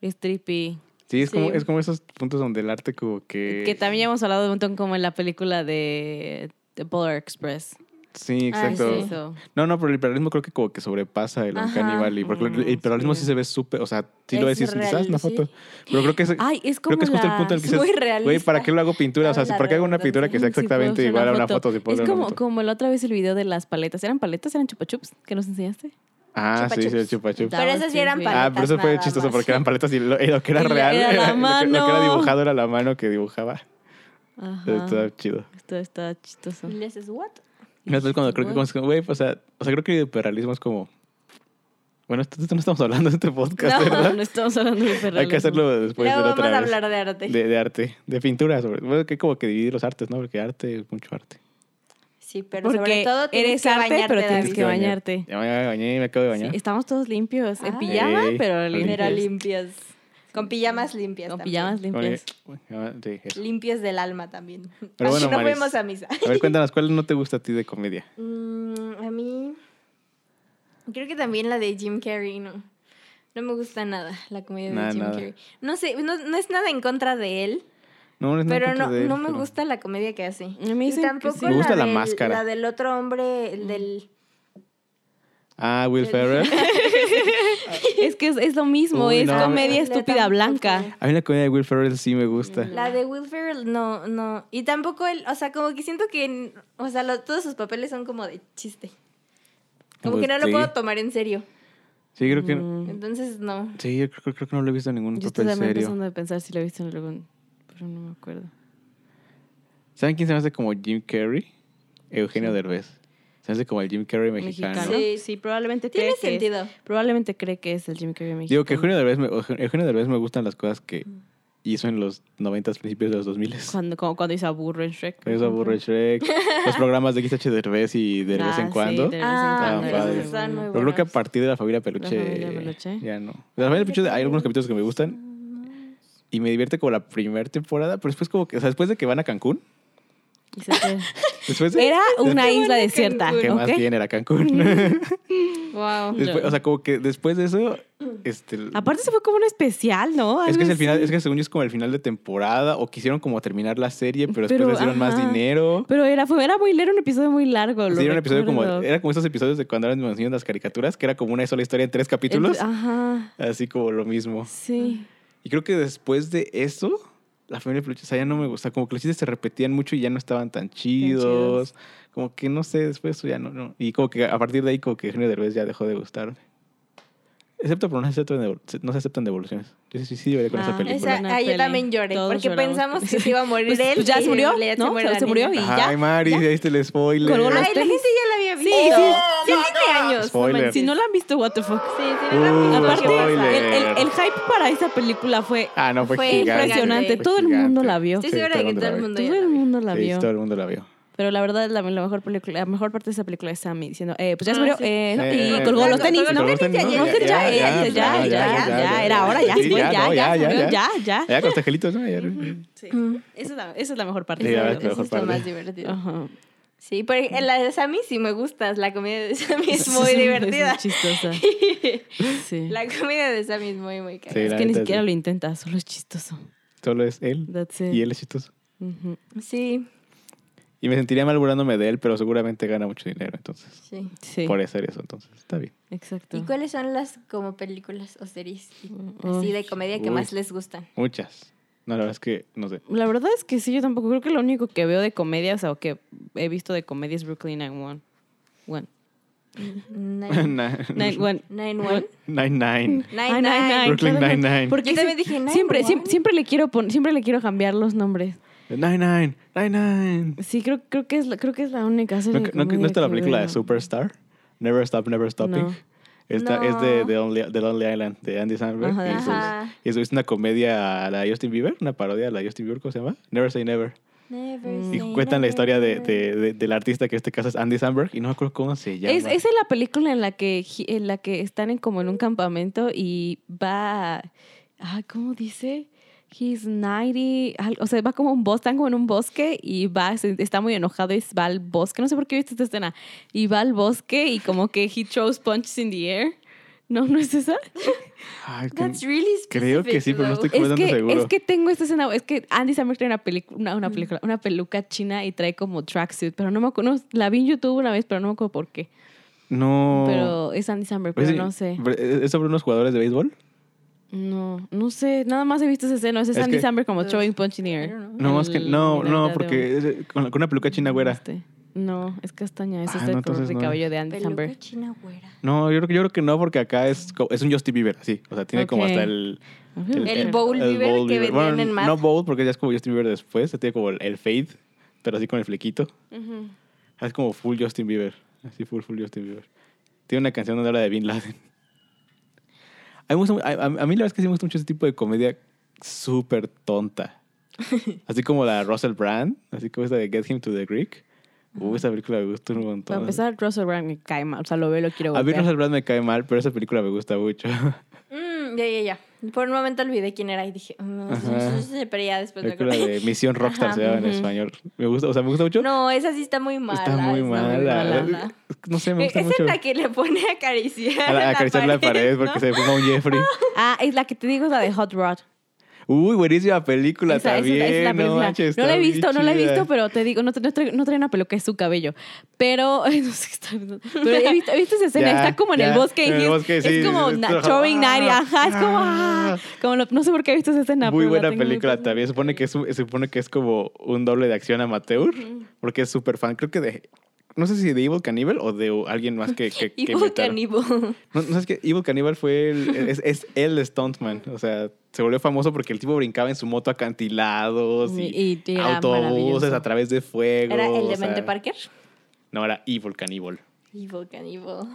C: Es trippy.
A: Sí, es, Como,
B: Sí.
A: es como esos puntos donde el arte como que...
C: Que también ya hemos hablado un montón como en la película de The Polar Express.
A: Sí,
B: Ah,
A: exacto.
B: sí.
C: Eso.
A: No, no, pero el imperialismo creo que como que sobrepasa el
B: Ajá.
A: Uncanny Valley. Porque
C: Mm,
A: el imperialismo
C: sí.
A: sí. se ve súper. O sea, sí lo
B: Es
A: ves y dices,
B: real,
A: "Ah, una
B: sí.
A: foto. Pero creo que es,
C: Ay, es como
A: creo que es justo
C: la-
A: el punto en el que
B: es muy
A: dices,
B: realista.
A: güey, ¿para qué lo hago pintura? O sea,
B: Toda la
A: ¿para qué hago una pintura que sea
C: Sí,
A: exactamente
C: fue
A: igual a una foto? si puedo
C: es
A: hacer una
C: como,
A: foto?
C: como la otra vez el video de las paletas. ¿Eran paletas? ¿Eran chupachups que nos enseñaste?
A: Ah,
B: Chupa
A: sí, sí,
B: chups.
A: el chupa chups.
B: Pero esas sí eran
C: Ah,
A: Ah,
B: paletas.
A: pero eso fue
B: nada
A: chistoso
B: más.
A: porque eran paletas y lo, y *laughs* lo que era
C: Y la-
A: real.
C: era la
A: lo, que, lo que
C: mano.
A: era dibujado era la mano que dibujaba.
C: Ajá.
A: Estaba chido.
C: Esto está
A: *laughs*
C: chistoso.
B: Y le haces, ¿what?
A: Y después cuando creo que, como, es como, güey, pues, o sea, o sea, creo que el imperialismo es como. Bueno, esto, esto no estamos hablando de este podcast,
C: No,
A: ¿verdad?
C: no estamos hablando de
A: Hay que
C: hiperrealismo.
A: hacerlo después de
B: Luego
A: la
B: vamos
A: otra
B: a
A: vez.
B: hablar de arte.
A: De, de arte, de pintura, sobre bueno, que como que dividir los artes, ¿no? Porque arte es mucho arte.
B: Sí, pero
C: Porque
B: sobre todo tienes
C: eres
B: que
C: arte,
B: bañarte,
C: pero tienes
B: David.
C: que bañarte.
A: Ya me bañé, me acabo de
C: Sí,
A: bañar.
C: estamos todos limpios. En
B: Ah.
C: pijama,
A: Ey,
C: pero
A: pero
C: limpios.
B: Pero limpias. Con pijamas limpias.
C: Con
B: también.
C: pijamas
A: Oye,
C: limpias.
A: bueno, sí, eso.
B: Limpios del alma también.
A: Pero
B: Así
A: bueno,
B: no
A: Maris.
B: fuimos a misa.
A: A ver, cuéntanos, ¿cuál no te gusta a ti de comedia?
B: Mm, a mí. Creo que también la de Jim Carrey, no. No me gusta nada la comedia de
A: Nada,
B: Jim
A: nada.
B: Carrey. No sé, no, no es nada en contra de él,
A: No, no es nada
B: pero
A: contra
B: no,
A: de él,
B: no me
A: pero-
B: gusta la comedia que hace.
C: A mí
B: Y
C: dicen que
B: tampoco
C: sí.
A: Me gusta la
B: del-
A: máscara.
B: La del otro hombre, el del.
A: Ah, Will
B: Yo- *laughs*
A: Ferrell.
C: Es que es, es lo mismo,
A: Uy,
C: es
A: no.
C: comedia
B: Le- le
C: estúpida
B: tampoco
C: blanca.
A: A mí la comedia de Will Ferrell sí me gusta.
B: La de Will Ferrell, no, no. Y tampoco él, o sea, como que siento que, n- o sea, lo- todos sus papeles son como de chiste. Como que no lo
A: Pues Sí.
B: puedo tomar en serio.
A: Sí, creo que...
C: Mm.
B: Entonces, no.
A: Sí, yo creo, creo que no lo he visto en ningún
C: Yo estoy
A: papel
C: también
A: serio.
C: empezando a pensar si lo he visto en algún. Pero no me acuerdo.
A: ¿Saben quién se me hace como Jim Carrey? Eugenio Derbez. Se me hace como el Jim Carrey mexicano.
C: Mexicano.
B: Sí.
C: Sí, sí, probablemente cree
B: Tiene
C: que es-
B: sentido.
C: probablemente cree que es el Jim Carrey mexicano.
A: Digo que Eugenio Derbez, me, Eugenio Derbez me gustan las cosas que hizo en los 90 principios de los 2000
C: Mm. Cuando, como cuando hizo a Burro en Shrek.
A: *laughs*
C: por
A: Eso
C: ejemplo.
A: aburre Shrek. los programas de XH Derbez y de vez
C: Ah,
A: en
C: sí,
A: cuando.
C: de vez en
B: Ah,
A: pero
C: cuando.
A: esos
B: están muy
A: Pero creo que a
B: buenos.
A: partir de la familia Peluche.
C: La Familia Peluche.
A: Ya no. De la familia Peluche hay algunos capítulos que me gustan y me divierte como la primera temporada, pero después como que, o sea, después de que van a Cancún,
C: Y se fue.
A: después *laughs* de-
C: Era una isla
B: bueno
C: desierta.
B: Cancún.
A: ¿Qué más
C: ¿ok?
A: bien era Cancún?
C: *laughs* Wow.
A: Después- o sea, como que después de eso, este...
C: Aparte se fue como un especial, ¿no?
A: Es que es
C: Algo
A: el final,
C: así.
A: es que según yo es como el final de temporada, o quisieron como terminar la serie, pero después
C: Pero,
A: les dieron más
C: ajá.
A: dinero.
C: Pero era, fue, era muy, era un episodio muy largo.
A: Sí,
C: lo
A: era un episodio como,
C: recuerdo.
A: era como esos episodios de cuando eran los niños las caricaturas, que era como una sola historia en tres
C: El-
A: capítulos.
C: Ajá.
A: Así como lo mismo.
C: Sí.
A: Y creo que después de eso, la familia Peluche, o sea, ya no me gusta. Como que los chistes se repetían mucho y ya no estaban tan chidos.
C: chidos.
A: Como que no sé, después de eso ya no, no. Y como que a partir de ahí, como que Eugenio Derbez ya dejó de gustarme. Excepto por no se aceptan, devol- no se aceptan devoluciones. Yo sí, sí, sí lloré con
C: Ah,
A: esa película.
B: Esa,
C: Una
B: ahí yo
C: peli.
B: también lloré,
C: Todos
B: porque
C: lloramos.
B: pensamos *laughs* que se iba a morir
C: Pues,
B: él.
C: pues, ya
B: y
C: se murió,
B: en realidad
C: ¿no?
B: muere
C: Se-
B: la
C: se murió
B: niña.
C: y- ya,
A: Ay, Mari, ya viste el spoiler.
C: Colgó los
B: Ay, la gente ya la había visto.
C: sí.
B: Ya tiene años.
A: Spoiler.
B: manches.
C: Si no la han visto, what the fuck.
B: Sí, pues, sí, no la
A: Uh,
B: han visto.
C: Aparte, el,
A: spoiler.
C: el- el hype para esa película fue
A: Ah, no, fue,
B: Fue
A: gigante.
C: impresionante.
A: fue
C: Todo el mundo
A: gigante.
C: la vio.
B: Estoy
A: Sí,
B: segura de que todo el
A: la
B: mundo
C: Todo
B: ya la
C: el
B: vio.
C: mundo la
A: Sí,
C: vio.
A: todo el mundo la vio.
C: Pero la verdad, la, la mejor película, la mejor parte de esa película es Sammy diciendo, eh, pues ya se
B: Ah,
C: murió,
B: sí.
C: eh, ¿no?
A: Eh,
C: y colgó los
B: exacto,
C: tenis,
B: colgó
C: ¿no?
B: los tenis,
C: No,
B: ya,
C: que ya, eh, ya, ya, ya, ya, era ahora, ya,
A: Sí,
C: güey, ya,
A: no,
C: ya, se murió, ya, ya.
A: Ya, con los angelitos, ¿no? Ya.
C: Sí. Esa es la- esa es la mejor parte.
A: Sí,
C: de
A: la
C: la
A: verdad que
C: verdad.
B: Eso
A: mejor
B: Mm, es lo
A: parte.
B: más divertido.
C: Ajá.
B: Sí, pero en la de Sammy sí me gusta. La comedia de Sammy es
C: Sí,
B: muy
C: sí,
B: divertida.
C: Es chistosa. Sí.
B: *laughs* La comedia de Sammy es muy, muy cara.
A: Sí,
C: es
A: la
C: que ni
A: neta,
C: siquiera
A: sí.
C: lo intenta, solo es chistoso.
A: Solo es él.
C: That's it.
A: Y él es chistoso.
C: Ujú.
B: Sí,
A: Y me sentiría mal burlándome de él, pero seguramente gana mucho dinero, entonces.
B: sí.
C: Sí.
A: Por e- hacer eso, entonces. Está bien.
C: Exacto.
B: ¿Y cuáles son las como películas o series y- así de comedia que
A: Uy.
B: más les
A: *laughs*
B: gustan?
A: Muchas. No, la verdad es que no sé.
C: La verdad es que sí, yo tampoco creo que lo único que veo de comedia, o sea, o que he visto de comedia es Brooklyn Nine-One.
A: *laughs*
C: One.
B: Nine,
A: Nine.
C: Nine-One.
B: nine One.
A: Nine, nine.
B: Nine,
C: Ay, Nine Nine.
A: Brooklyn
C: Claro,
A: Nine-Nine.
C: Porque
B: Yo también
C: sí-
B: dije Nine
C: siempre,
B: One.
C: siempre, siempre le quiero pon- siempre le quiero cambiar los nombres.
A: Nine, nine. Nine, nine.
C: Sí, creo, creo que es la, creo que es la única serie
A: ¿No,
C: de
A: no,
C: comedia
A: ¿no está la
C: que
A: película
C: veo.
A: de Superstar? Never Stop, Never Stopping.
C: No.
A: Esta
B: No.
A: es de The Lonely, The Lonely Island, de Andy Samberg.
C: Ajá,
A: y sus-
B: ajá.
A: y su- es una comedia a la Justin Bieber, una parodia a la Justin Bieber, ¿cómo se llama? Never Say Never.
B: Never
C: Mm.
A: Y
B: say
A: cuentan
B: never.
A: la historia de, de- de- del artista, que en este caso es Andy Samberg, y no me acuerdo cómo se llama.
C: Es, esa es la película en la que gi- en la que están en como en un campamento y va ah, ¿cómo dice? He's 90, al- o sea, va como a un bosque, están como en un bosque y va, se- está muy enojado y va al bosque, no sé por qué viste esta escena, y va al bosque y como que he throws punches in the air. No, no
A: *laughs*
C: es esa.
A: Ay, que-
B: That's really
A: creo que
B: specific,
A: sí, pero no
B: though.
A: estoy
C: Es
A: completamente
C: que,
A: seguro.
C: es que tengo esta escena. Es que Andy Samberg tiene una, pelicu- una, una película, una peluca china y trae como tracksuit. Pero no me acuerdo. no, la vi en YouTube una vez, pero no me acuerdo por qué.
A: no.
C: Pero es Andy Samberg, pero
A: Pues sí,
C: no sé.
A: pero ¿Es sobre unos jugadores de béisbol?
C: No, no sé. Nada más he visto esa escena. Ese es
A: Es
C: Andy
A: que-
C: Samberg como
B: Ugh.
C: Throwing Punch in the
B: I
C: Air.
B: don't
A: No, es que
C: El-
A: no,
C: la
A: no,
C: edad de
A: porque es- con, con una peluca china güera.
C: Este. No, es castaña. Ese
A: Ah,
C: es
A: no,
C: el color
A: entonces
C: de
A: no
C: cabello de Andy
B: Peluca
C: Samberg.
B: china güera.
A: No, yo creo, que- yo creo que no, porque acá es, co- es un Justin Bieber, así. O sea, tiene como
C: Ok.
A: hasta el.
B: El bowl Bieber que
A: Bieber.
B: vendían en Mad.
A: No bowl, porque ya es como Justin Bieber después. Se tiene como el, el fade, pero así con el flequito. Ah,
C: Ujú.
A: Es como full Justin Bieber. Así full, full Justin Bieber. Tiene una canción donde habla de Bin Laden. A mí, me gusta mu- a- a- a mí la verdad es que sí me gusta mucho ese tipo de comedia súper tonta.
B: *laughs*
A: Así como la Russell Brand, así como esta de Get Him to the Greek. Uy, esa película me gusta un montón.
C: Para empezar, Russell Brand me cae mal. O sea, lo veo y lo quiero
A: a mí
C: golpear.
A: Russell Brand me cae mal, pero esa película me gusta mucho.
B: Mm, ya, ya, ya. Por un momento olvidé quién era y dije, mm,
A: Ajá.
B: pero ya
C: Pues
B: después me
A: película
B: acordé.
A: de
C: *laughs*
A: Misión Rockstar
B: Ajá.
A: se llama en
C: Ujú.
A: español. Me gusta, o sea, me gusta
B: *laughs*
A: mucho.
B: No, esa sí está muy mala.
A: está muy
B: esa
A: mala.
B: mala.
A: No sé, me
B: Eh,
A: gusta
B: Esa
A: mucho.
B: es la que le pone a acariciar.
A: A la- a acariciar la pared
B: ¿no?
A: porque se fuma un
C: *laughs*
A: Jeffrey.
C: Ah, es la que te digo es la de Hot Rod.
A: Uy, buenísima película
C: Esa- esa es
A: también.
C: la- esa es la
A: no,
C: película.
A: manches,
C: No la he
A: está bien
C: visto, no la he
A: chida.
C: visto, pero te digo, no, tra- no trae, no trae una peluca, es su cabello. Pero, *laughs* no sé qué está viendo. Pero he visto, he visto esa escena,
A: Ya,
C: está como en el
A: ya,
C: bosque.
A: en el
C: y es-
A: bosque,
C: es,
A: sí,
C: como
A: es-
C: na- Throwing Night,
A: ah,
C: ajá, es como, ah,
A: ah.
C: como lo- no sé por qué he visto esa escena.
A: Muy
C: pero la
A: buena
C: tengo muy
A: película
C: presente.
A: también. Supone que, es, un- supone que es como un doble de acción amateur, porque es súper fan. Creo que de. No sé si de Evil Cannibal o de alguien más que. que,
C: *laughs*
A: que
B: Evil
A: inventaron.
B: Cannibal.
A: No, no es que Evil Cannibal fue el, es, es el stuntman. O sea, se volvió famoso porque el tipo brincaba en su moto acantilados y,
C: Y- y era
A: autobuses
C: maravilloso.
A: a través de fuego.
B: ¿Era el
A: o
B: de
A: sea,
B: Mente Parker?
A: No, era Evil Cannibal.
B: Evil Cannibal.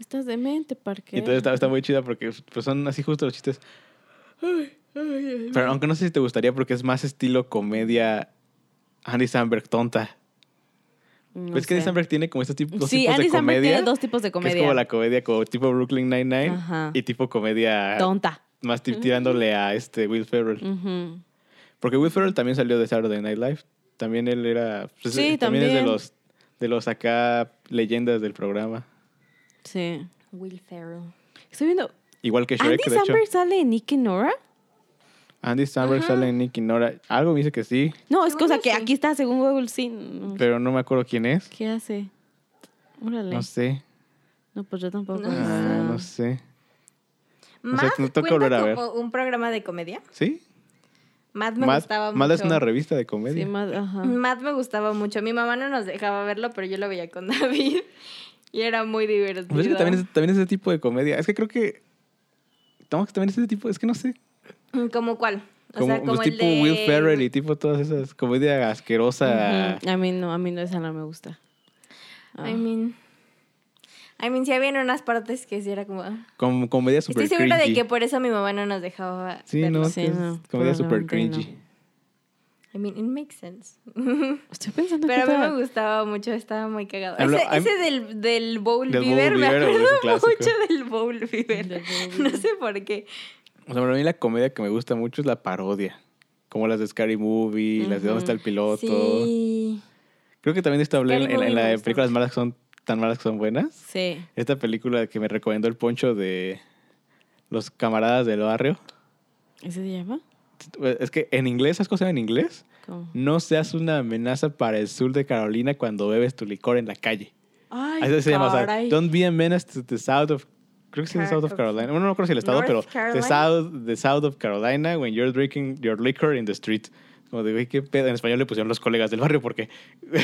C: Estás demente, Parker.
A: Y Entonces está, está muy chida porque pues, son así justo los chistes. Pero aunque no sé si te gustaría porque es más estilo comedia Andy Samberg tonta.
C: No
A: Pues es que Andy
C: sé.
A: Samberg tiene como estos tip- dos
C: Sí,
A: tipos
C: Andy
A: de
C: Samberg
A: comedia.
C: tiene dos tipos de
A: que
C: comedia.
A: es como la comedia como tipo Brooklyn Nine-Nine
C: Ajá.
A: y tipo comedia
C: Tonta.
A: más tip- tirándole a este Will Ferrell.
C: Ujú.
A: Porque Will Ferrell también salió de Saturday Night Live. También él era... pues,
C: Sí,
A: eh, es de
C: también.
A: los, de los acá leyendas del programa.
C: Sí.
B: Will Ferrell.
C: Estoy viendo.
A: Igual que Shrek,
C: ¿Andy
A: de hecho.
C: Samberg sale en Nick y Nora?
A: Andy Samberg sale en Nick y Nora. Algo me dice que sí,
C: No, es
B: Según
C: cosa
B: yo,
C: que
B: sí.
C: aquí está, según Google, sí. No sé.
A: pero no me acuerdo quién es.
C: ¿Qué hace? Órale.
A: No
C: No,
A: sé.
C: pues yo tampoco.
B: No.
A: Ah, no sé. O sea,
B: Mad
A: que no toca
B: cuenta
A: volver a ver.
B: como un programa de comedia.
A: ¿Sí?
B: Mad me
A: Mad,
B: gustaba
A: Mad
B: mucho.
A: es una revista de
C: Sí,
A: comedia.
C: más, ajá.
B: Mad me gustaba mucho. Mi mamá no nos dejaba verlo, pero yo lo veía con *laughs* David. Y era muy divertido.
A: Pero es que también es, también es ese tipo de comedia. Es que creo que. No, que también es ese tipo. Es que no sé.
B: ¿Como Mm, cuál? O
A: Como,
B: sea, como
A: pues,
B: el
A: tipo
B: de...
A: Will Ferrell y tipo todas esas comedia asquerosa.
C: Ujú. A mí no, a mí no, esa no me gusta. Ah.
B: I mean... I mean, sí había en unas partes que sí era como... ah.
A: Como comedia super
B: Estoy segura de
A: cringy.
B: que por eso mi mamá no nos dejaba
A: Sí,
B: verlo.
A: no,
C: Sí,
A: que es
C: no,
A: comedia super
C: probablemente
A: cringy.
B: I mean, it makes sense. *laughs*
C: Ah, Estoy pensando
B: Pero a
C: que
B: mí me gustaba mucho, estaba muy cagado.
A: Hablo-
B: ese
A: I'm-
B: ese del, del Bowl
A: Del
B: Beaver,
A: Bowl
B: me
A: Beaver,
B: acuerdo *laughs*
A: es un clásico.
B: mucho del Bowl Beaver.
C: Del Bowl
B: No
C: Beaver.
B: sé por qué.
A: O sea, para mí la comedia que me gusta mucho es la parodia. Como las de Scary Movie, las de Dónde está el piloto.
B: Sí.
A: Creo que también de esto hablé en,
B: Scary
A: en- en
B: Movie
A: la
B: me
A: de
B: gusta
A: películas malas que son tan malas que son buenas.
C: Sí.
A: Esta película que me recomendó el poncho de los camaradas del barrio.
C: ¿Ese se llama?
A: Es que en inglés, esas cosas en inglés.
C: ¿Cómo?
A: No seas una amenaza para el sur de Carolina cuando bebes tu licor en la calle. Así Ah, se llama. o sea, Don't be a menace to the south of. Creo que sí, the
B: Car-
A: south of
B: of-
A: Carolina. Bueno, no creo si el estado,
B: North
A: pero the
B: Carolina.
A: south, the south of Carolina when you're drinking your liquor in the street. Como de, güey, qué pedo. En español le pusieron los colegas del barrio porque *laughs*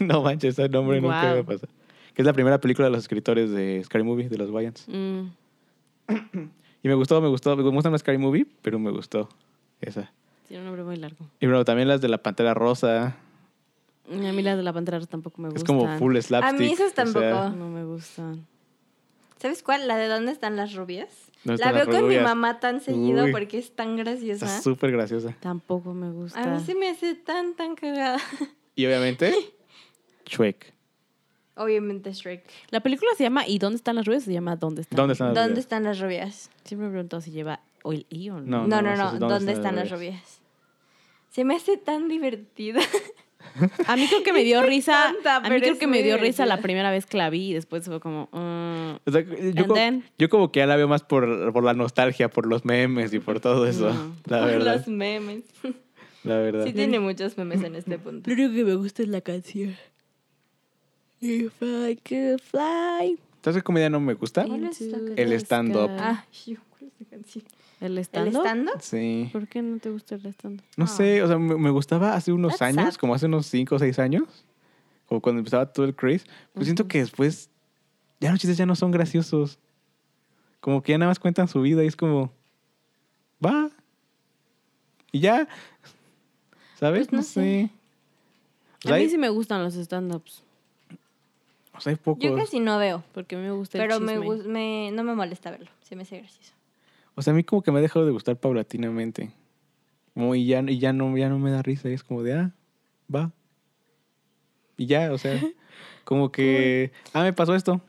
A: no manches, ese nombre nunca
C: Guau.
A: iba a pasar. Que es la primera película de los escritores de Scary Movie, de los Wayans.
C: Mm.
A: Y me gustó, me gustó. Me gusta más Scary Movie, pero me gustó esa.
C: Tiene un nombre muy largo.
A: Y bueno, también las de la Pantera Rosa.
C: Y A mí las de la pantera tampoco me
A: Es
C: gustan.
A: como full slapstick.
B: esas
A: o sea,
B: tampoco.
C: No me gustan.
B: ¿Sabes cuál? La de dónde están las rubias.
A: ¿Dónde
B: La
A: están
B: veo
A: las
B: con mi
A: rubias?
B: mamá tan seguido
A: Uy.
B: porque es tan graciosa.
A: está súper graciosa.
C: Tampoco me gusta.
B: A mí se me hace tan, tan cagada. *laughs*
A: Y obviamente, Shrek.
B: Obviamente Shrek.
C: La película se llama ¿Y dónde están las ruedas? Se llama ¿Dónde están?
A: ¿Dónde están las
B: ¿Dónde
A: rubias?
B: están las rubias?
C: Siempre me pregunto si lleva o el I o no.
A: No,
B: No,
A: no,
B: no,
A: eso
B: no.
A: es
B: ¿Dónde, están las rubias? Se me hace tan divertida. *laughs*
C: A mí creo que me dio risa.
B: encanta,
C: a mí
B: pero
C: creo
B: es
C: que
B: muy
C: me dio risa la
B: divertida.
C: primera vez que la vi y después fue como. mm,
A: O sea, yo,
C: And
A: como,
C: then-
A: yo como que ya la veo más por, por la nostalgia, por los memes y por todo eso.
C: No.
A: La verdad.
B: Los memes.
A: La verdad.
B: Sí tiene muchos memes en este punto.
A: *laughs*
C: Lo único que me gusta es la canción. If I could fly.
A: ¿Sabes qué comedia no me gusta?
B: ¿Cuál es la
C: into
B: canción?
C: the
A: El stand-up.
C: sky.
B: Ah, yo, ¿cuál es la canción?
C: ¿El
B: ¿El
C: stand-up?
B: stand-up?
A: Sí.
C: ¿Por qué no te gusta el stand-up?
A: No sé, o sea, me, me gustaba hace unos
B: That's
A: años,
B: sad.
A: como hace unos 5 o 6 años, o cuando empezaba todo el craze. Pues siento que después ya los chistes ya no son graciosos. Como que ya nada más cuentan su vida y es como, va. Y ya. ¿Sabes?
B: Pues no
A: no sé. O sea,
C: A mí
A: hay,
C: sí me gustan los stand-ups.
A: o sea, hay pocos.
B: Yo casi no veo,
C: Porque me gusta el
B: pero
C: chisme.
B: me, gus- me no me molesta verlo. Se me hace gracioso.
A: O sea, a mí como que me ha dejado de gustar paulatinamente. Como y ya, y ya no, ya no me da risa. Y es como de, ah, va. Y ya,
B: *laughs*
A: o sea, como que, ah, me pasó esto.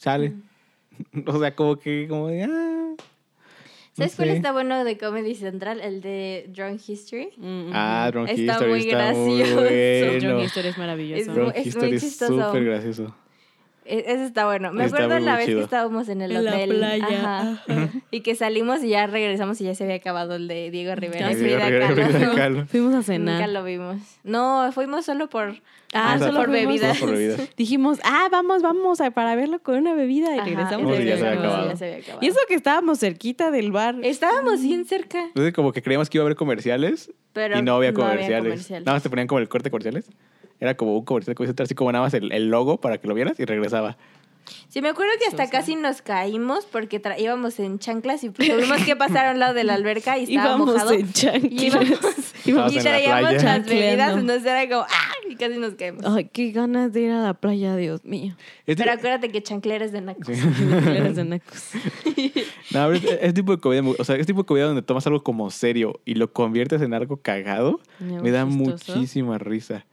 A: Sale. *laughs* o sea, como que, como de, ah.
B: ¿Sabes cuál
A: sé.
B: está bueno de Comedy Central? El de Drunk History.
C: Mm, mm,
A: Ah,
C: mm.
A: Drunk
B: Está
A: History
B: muy
A: está muy
B: gracioso.
C: Drunk
A: bueno.
C: History es
B: Es
C: este maravilloso.
B: muy-
A: Drunk History es
B: chistoso.
A: súper gracioso.
B: E- Ese está bueno. Me
A: Está
B: acuerdo
A: muy
B: la vez
A: chido.
B: que estábamos en el hotel. Ajá. Y que salimos y ya regresamos y ya se había acabado el de Diego Rivera.
C: Ah,
B: y
A: Ay, Diego *laughs*
B: Frida
A: Rivera,
B: Kahlo.
A: Frida Kahlo.
C: Fuimos a
B: Nunca
C: cenar.
B: lo vimos. No, fuimos solo por,
C: Ah,
A: O sea,
C: solo
B: por
C: fuimos-
B: bebidas.
A: por *laughs* bebidas.
C: Dijimos, ah, vamos, vamos a, para verlo con una bebida y
B: Ajá,
C: regresamos.
A: No,
B: entonces
A: sí, ya se había
B: no,
A: acabado.
B: ya se había acabado.
C: Y eso que estábamos cerquita del bar.
B: Estábamos bien cerca.
A: Entonces como que creíamos que iba a haber comerciales
B: Pero
A: y no había
B: no había
A: comerciales.
B: comerciales.
A: Nada más te ponían como el corte de comerciales. Era como un comercial que así como nada más el, el logo para que lo vieras y regresaba.
B: Sí, me acuerdo que hasta casi nos caímos porque tra- íbamos en chanclas y tuvimos que pasar a un lado de la alberca y estaba
C: Íbamos
B: mojado.
C: en chanclas.
B: Y íbamos-
C: *laughs*
A: Íbamos
B: y
A: en la
B: traíamos
A: playa.
B: las bebidas,
C: Chancleando.
B: entonces era como ¡ah! Y casi nos caímos.
C: Ay, qué ganas de ir a la playa,
A: *laughs*
C: Dios mío.
A: Es
B: Pero
A: de-
B: acuérdate que chancleras de nacos.
C: Claras de nacos.
A: No, pero es, es tipo de comedia, mu- o sea, es tipo de comedia donde tomas algo como serio y lo conviertes en algo cagado,
C: Algo
A: me da
C: chistoso.
A: muchísima risa.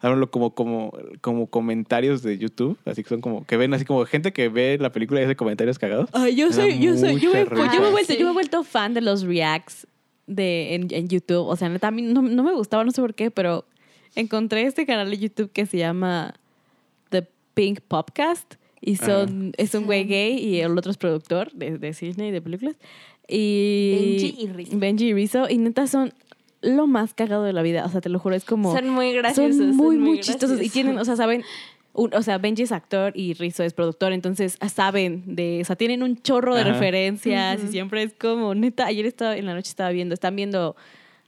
A: Hablo como, como, como comentarios de YouTube, así que son como, que ven así como gente que ve la película y hace comentarios cagados.
C: Ay, yo
A: Me da
C: soy, yo soy, yo me,
A: mucha
C: pues, yo me
A: risa.
C: he vuelto,
B: Sí.
C: yo me he vuelto fan de los reacts de, en, en YouTube. O sea, neta, a mí no, no me gustaba, no sé por qué, pero encontré este canal de YouTube que se llama The Pink Podcast. Y
A: Ah.
C: son, es un güey gay y el otro es productor de, de cine y de películas. Y
B: Benji y Rizzo.
C: Benji y Rizzo. Y neta son lo más cagado de la vida. O sea, te lo juro, es como...
B: Son muy graciosos.
C: Son muy, muy, chistosos.
B: graciosos.
C: Y tienen, o sea, saben. un- o sea, Benji es actor y Rizzo es productor, entonces ah, saben de, o sea, tienen un chorro de
A: Ajá.
C: referencias y siempre es como, neta, ayer estaba, en la noche estaba viendo, están viendo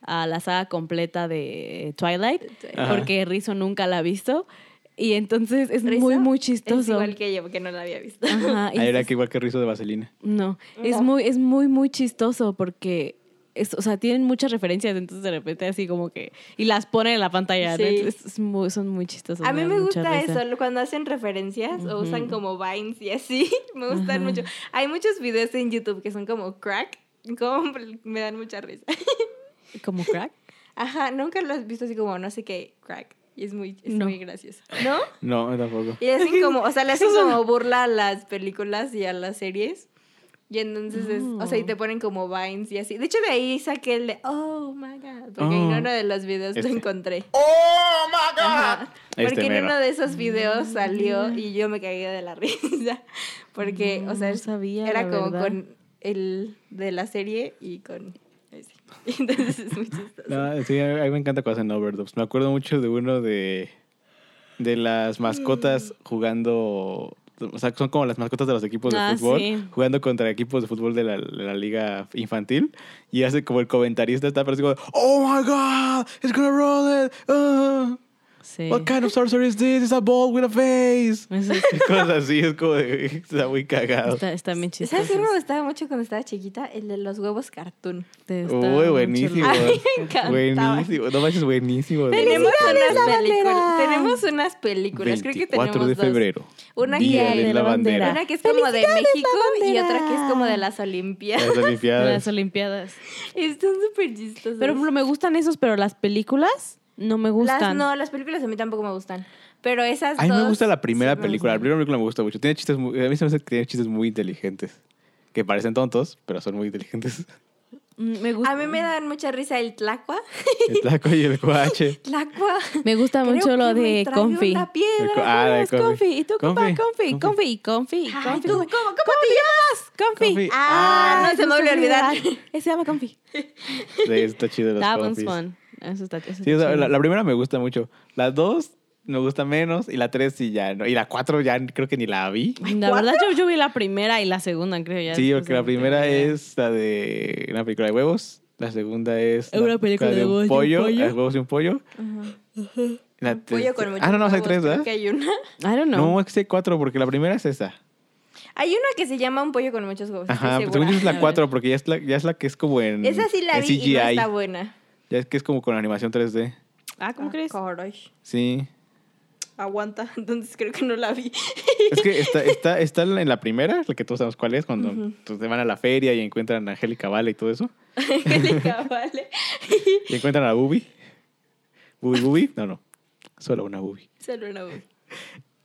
C: a la saga completa de Twilight,
A: Ajá.
C: porque Rizzo nunca la ha visto, y entonces es
B: Rizzo
C: muy, muy
B: Es
C: chistoso.
B: igual que yo, porque no la había visto.
C: Ajá,
A: Ahí
C: y
A: Ah, era
C: dices,
A: que igual que rizo de vaselina.
C: no, es muy, es muy, muy chistoso porque, es, o sea, tienen muchas referencias, entonces de repente así como que, y las ponen en la pantalla, ¿no?
B: Sí.
C: Entonces, es muy- son muy chistosos.
B: A mí
C: dan
B: me
C: mucha
B: gusta
C: risa.
B: eso, lo- cuando hacen referencias o usan como vines y así, *laughs* me gustan mucho. Hay muchos videos en YouTube que son como crack, como me dan mucha risa. *laughs*
C: ¿Como crack?
B: Ajá, nunca lo has visto así como no sé qué crack. Y es muy, es
C: No.
B: muy gracioso. ¿No?
A: No, tampoco.
B: Y le hacen como, o sea, le hacen como burla a las películas y a las series. Y entonces es, o sea, y te ponen como vines y así. De hecho, de ahí saqué el de, oh my god, porque en
A: Oh.
B: uno de los videos
A: Este.
B: lo encontré.
D: Oh my God!
B: Ajá.
A: Este
B: Porque en
A: mero.
B: uno de esos videos salió y yo me caí de la *laughs* risa. Porque, o
C: Mm,
B: sea,
C: no sabía,
B: era
C: la
B: como
C: verdad.
B: con el de la serie y con ese. *laughs* Entonces es muy chistoso.
A: No, sí, a a mí me encanta cuando hacen overdubs. Me acuerdo mucho de uno de, de las mascotas
C: Mm.
A: jugando. O sea, son como las mascotas de los equipos de
C: Ah,
A: fútbol,
C: sí.
A: jugando contra equipos de fútbol de la, de la liga infantil. Y hace como el comentarista está pero así como, Oh my god, it's gonna roll it. uh,
C: Sí.
A: What kind of sorcery is this? It's a ball with a face. *laughs*
C: Eso es-
A: Y cosas así, es como de, está muy cagado.
C: está, está bien chistoso.
B: *laughs* ¿Sabes qué me gustaba mucho cuando estaba chiquita? El de los huevos cartoon.
C: Te está
A: Uy,
C: mucho
A: buenísimo.
C: la-
B: A mí me encantaba.
A: Buenísimo. No manches, buenísimo. de verdad.
B: Tenemos unas, películas,
C: bandera!
B: tenemos unas películas, creo que
A: 24
B: tenemos
A: de
B: dos.
A: febrero.
B: Una
A: Día
B: que-
A: de la bandera.
B: Una que es como de
C: ¡Felicidades,
B: México y
C: bandera!
B: otra que es como de las Olimpiadas. *laughs*
A: *laughs* Las Olimpiadas.
C: Las Olimpiadas.
B: Están súper chistosas.
C: Pero por ejemplo, me gustan esos, pero las películas no me
B: las,
C: gustan.
B: no, las películas a mí tampoco me gustan. Pero esas
A: A mí me
B: dos
A: gusta la
B: sí
A: primera
B: me
A: película. La
B: gustan.
A: primera película me gusta mucho. Tiene chistes *laughs* muy, a mí se me hace que tiene chistes muy inteligentes. Que parecen tontos, pero son muy inteligentes.
C: Mm, Me gusta,
B: A mí me dan mucha risa el tlacua.
A: El taco y el cuache.
B: Tlacua.
C: *laughs* me gusta
B: Creo
C: mucho lo
B: que me
C: de
B: tragué
C: Confi.
B: una piedra.
A: De co- ah, de
C: Vámonos,
A: Confi.
C: Confi. ¿Y tú, compa?
A: Confi, Confi.
C: Confi, Confi, y Confi, y
B: Ay,
C: Confi.
B: tú, ¿cómo, cómo te llamas?
C: Confi.
A: Confi.
B: Ah,
C: Ay,
B: no se me volvió a
C: se me
B: olvidar. *laughs*
C: olvidó. Ese se llama Confi.
A: Sí, está chido los
C: That one's
A: compis.
C: fun. Eso está, eso
A: Sí,
C: está
A: la,
C: chido.
A: la- la primera me gusta mucho. La dos me gusta menos. Y la tres sí ya no. Y la cuatro ya creo que ni la vi.
C: La verdad, yo, yo vi la primera y la segunda, creo. Ya
A: Sí,
C: después
A: porque la
C: no tengo
A: primera
C: idea.
A: es la de una película de huevos. La segunda es
C: Una
A: la
C: película de
A: un
C: huevos y un
A: pollo.
C: pollo.
A: ah, Huevos y un pollo. La
B: Un pollo
A: tercera-
B: con muchos
A: Ah, no, no, hay
B: huevos,
A: tres,
B: creo
A: ¿verdad?
B: que hay una.
C: I don't know.
A: No, es que sí hay cuatro, porque la primera es esa.
B: Hay una que se llama un pollo con muchos huevos.
A: Ajá,
B: estoy
A: pero según yo es
C: *laughs*
B: segura.
A: la cuatro, porque ya es la, ya es la que es como en.
B: Esa sí la
A: en
B: vi
A: CGI.
B: y no está buena.
A: Ya es que es como con animación 3D.
C: Ah, ¿cómo
B: Ah,
C: crees?
B: caray.
A: Sí.
B: Aguanta, *laughs* entonces creo que no la vi. *laughs*
A: Es que está, está, está en la primera, la que todos sabemos cuál es, cuando pues, van a la feria y encuentran a Angélica Vale y todo eso. *laughs*
B: Angélica, vale.
A: Y encuentran a Bubi. Bubi, Bubi. No, no. Solo una Bubi.
B: Solo una voz.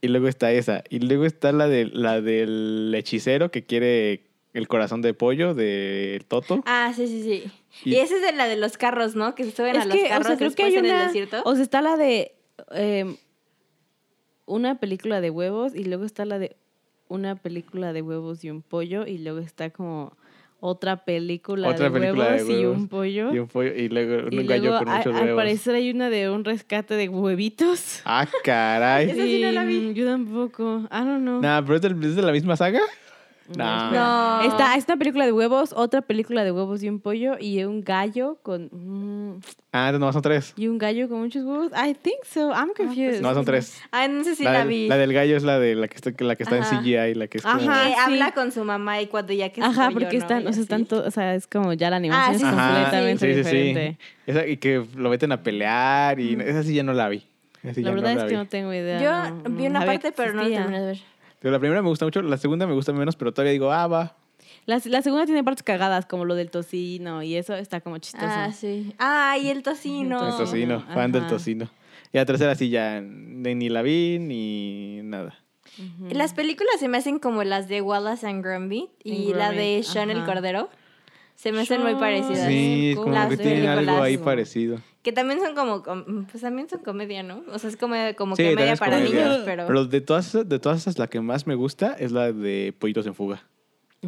A: Y luego está esa. Y luego está la, de, la del hechicero que quiere el corazón de pollo de Toto.
B: Ah, sí, sí, sí.
A: Y-
B: Y, esa es de la de los carros, ¿no? Que se suben a
C: Es
B: los
C: que, o
B: carros
C: sea, creo que hay
B: después en el
C: una...
B: desierto.
C: O sea, está la de eh, una película de huevos y luego está la de una película de huevos y un pollo y luego está como otra película,
A: Otra
C: de,
A: película de
C: huevos
A: huevos
C: y un pollo.
A: Y un pollo. Y luego un
C: Y
A: gallo
C: luego,
A: con
C: a-
A: muchos
C: al
A: huevos.
C: parecer hay una de un rescate de huevitos.
A: Ah, caray.
B: Esa sí no la vi.
C: Y, mm, Yo tampoco. I don't know.
A: Nah, pero es, del- es de la misma saga. Nah.
B: No.
C: Está, está una Este, película de huevos, otra película de huevos y un pollo y un gallo con mm,
A: Ah, no, son tres.
C: y un gallo con muchos huevos. I think so. I'm
B: pues
C: confused.
A: No, son tres.
B: Ah, no sé si
A: la,
B: la,
A: del,
B: vi.
A: la del gallo es la de la que está, la que está en
B: Ajá.
A: CGI, la que es como-
C: Ajá.
B: Que
C: sí.
B: Eh, habla con su mamá y cuando ya que es
C: Ajá,
B: pollo,
C: porque
B: ¿no?
C: están,
B: Y
C: o sea, están
B: así. Ah,
C: to- o sea, es como ya la animación es
B: sí, sí, sí.
C: completamente
A: Sí, sí, sí.
C: diferente.
A: Esa, y que lo meten a pelear y esa sí ya no la vi. Esa sí ya
C: La
A: no
C: verdad
A: la
C: es que
A: vi.
C: no tengo idea.
B: Yo
C: no, no
B: vi una
C: sabía
B: parte,
C: que
B: pero no la
C: existía.
B: terminé de ver.
A: Pero la primera me gusta mucho, la segunda me gusta menos, pero todavía digo, ah, va.
C: La, la segunda tiene partes cagadas, como lo del tocino y eso está como chistoso.
B: Ah, sí. Ah, y el tocino.
A: El
C: No.
A: tocino, fan del
C: Ajá.
A: tocino. Y la tercera sí ya ni ni la vi ni nada.
C: Ujú.
B: Las películas se me hacen como las de Wallace and Gromit y
C: And
B: la de
C: Gromit,
B: Sean el
C: ajá.
B: Cordero. Se me hacen muy
C: Sean.
B: parecidas.
A: Sí, es como
B: Las
A: que tienen algo
B: películas.
A: ahí parecido.
B: Que también son como, com- pues también son comedia, ¿no? O sea, es como, como
A: Sí, también
B: comedia
A: es
B: para
A: comedia.
B: niños, pero...
A: Pero de todas, esas- de todas esas, la que más me gusta es la de Pollitos en Fuga.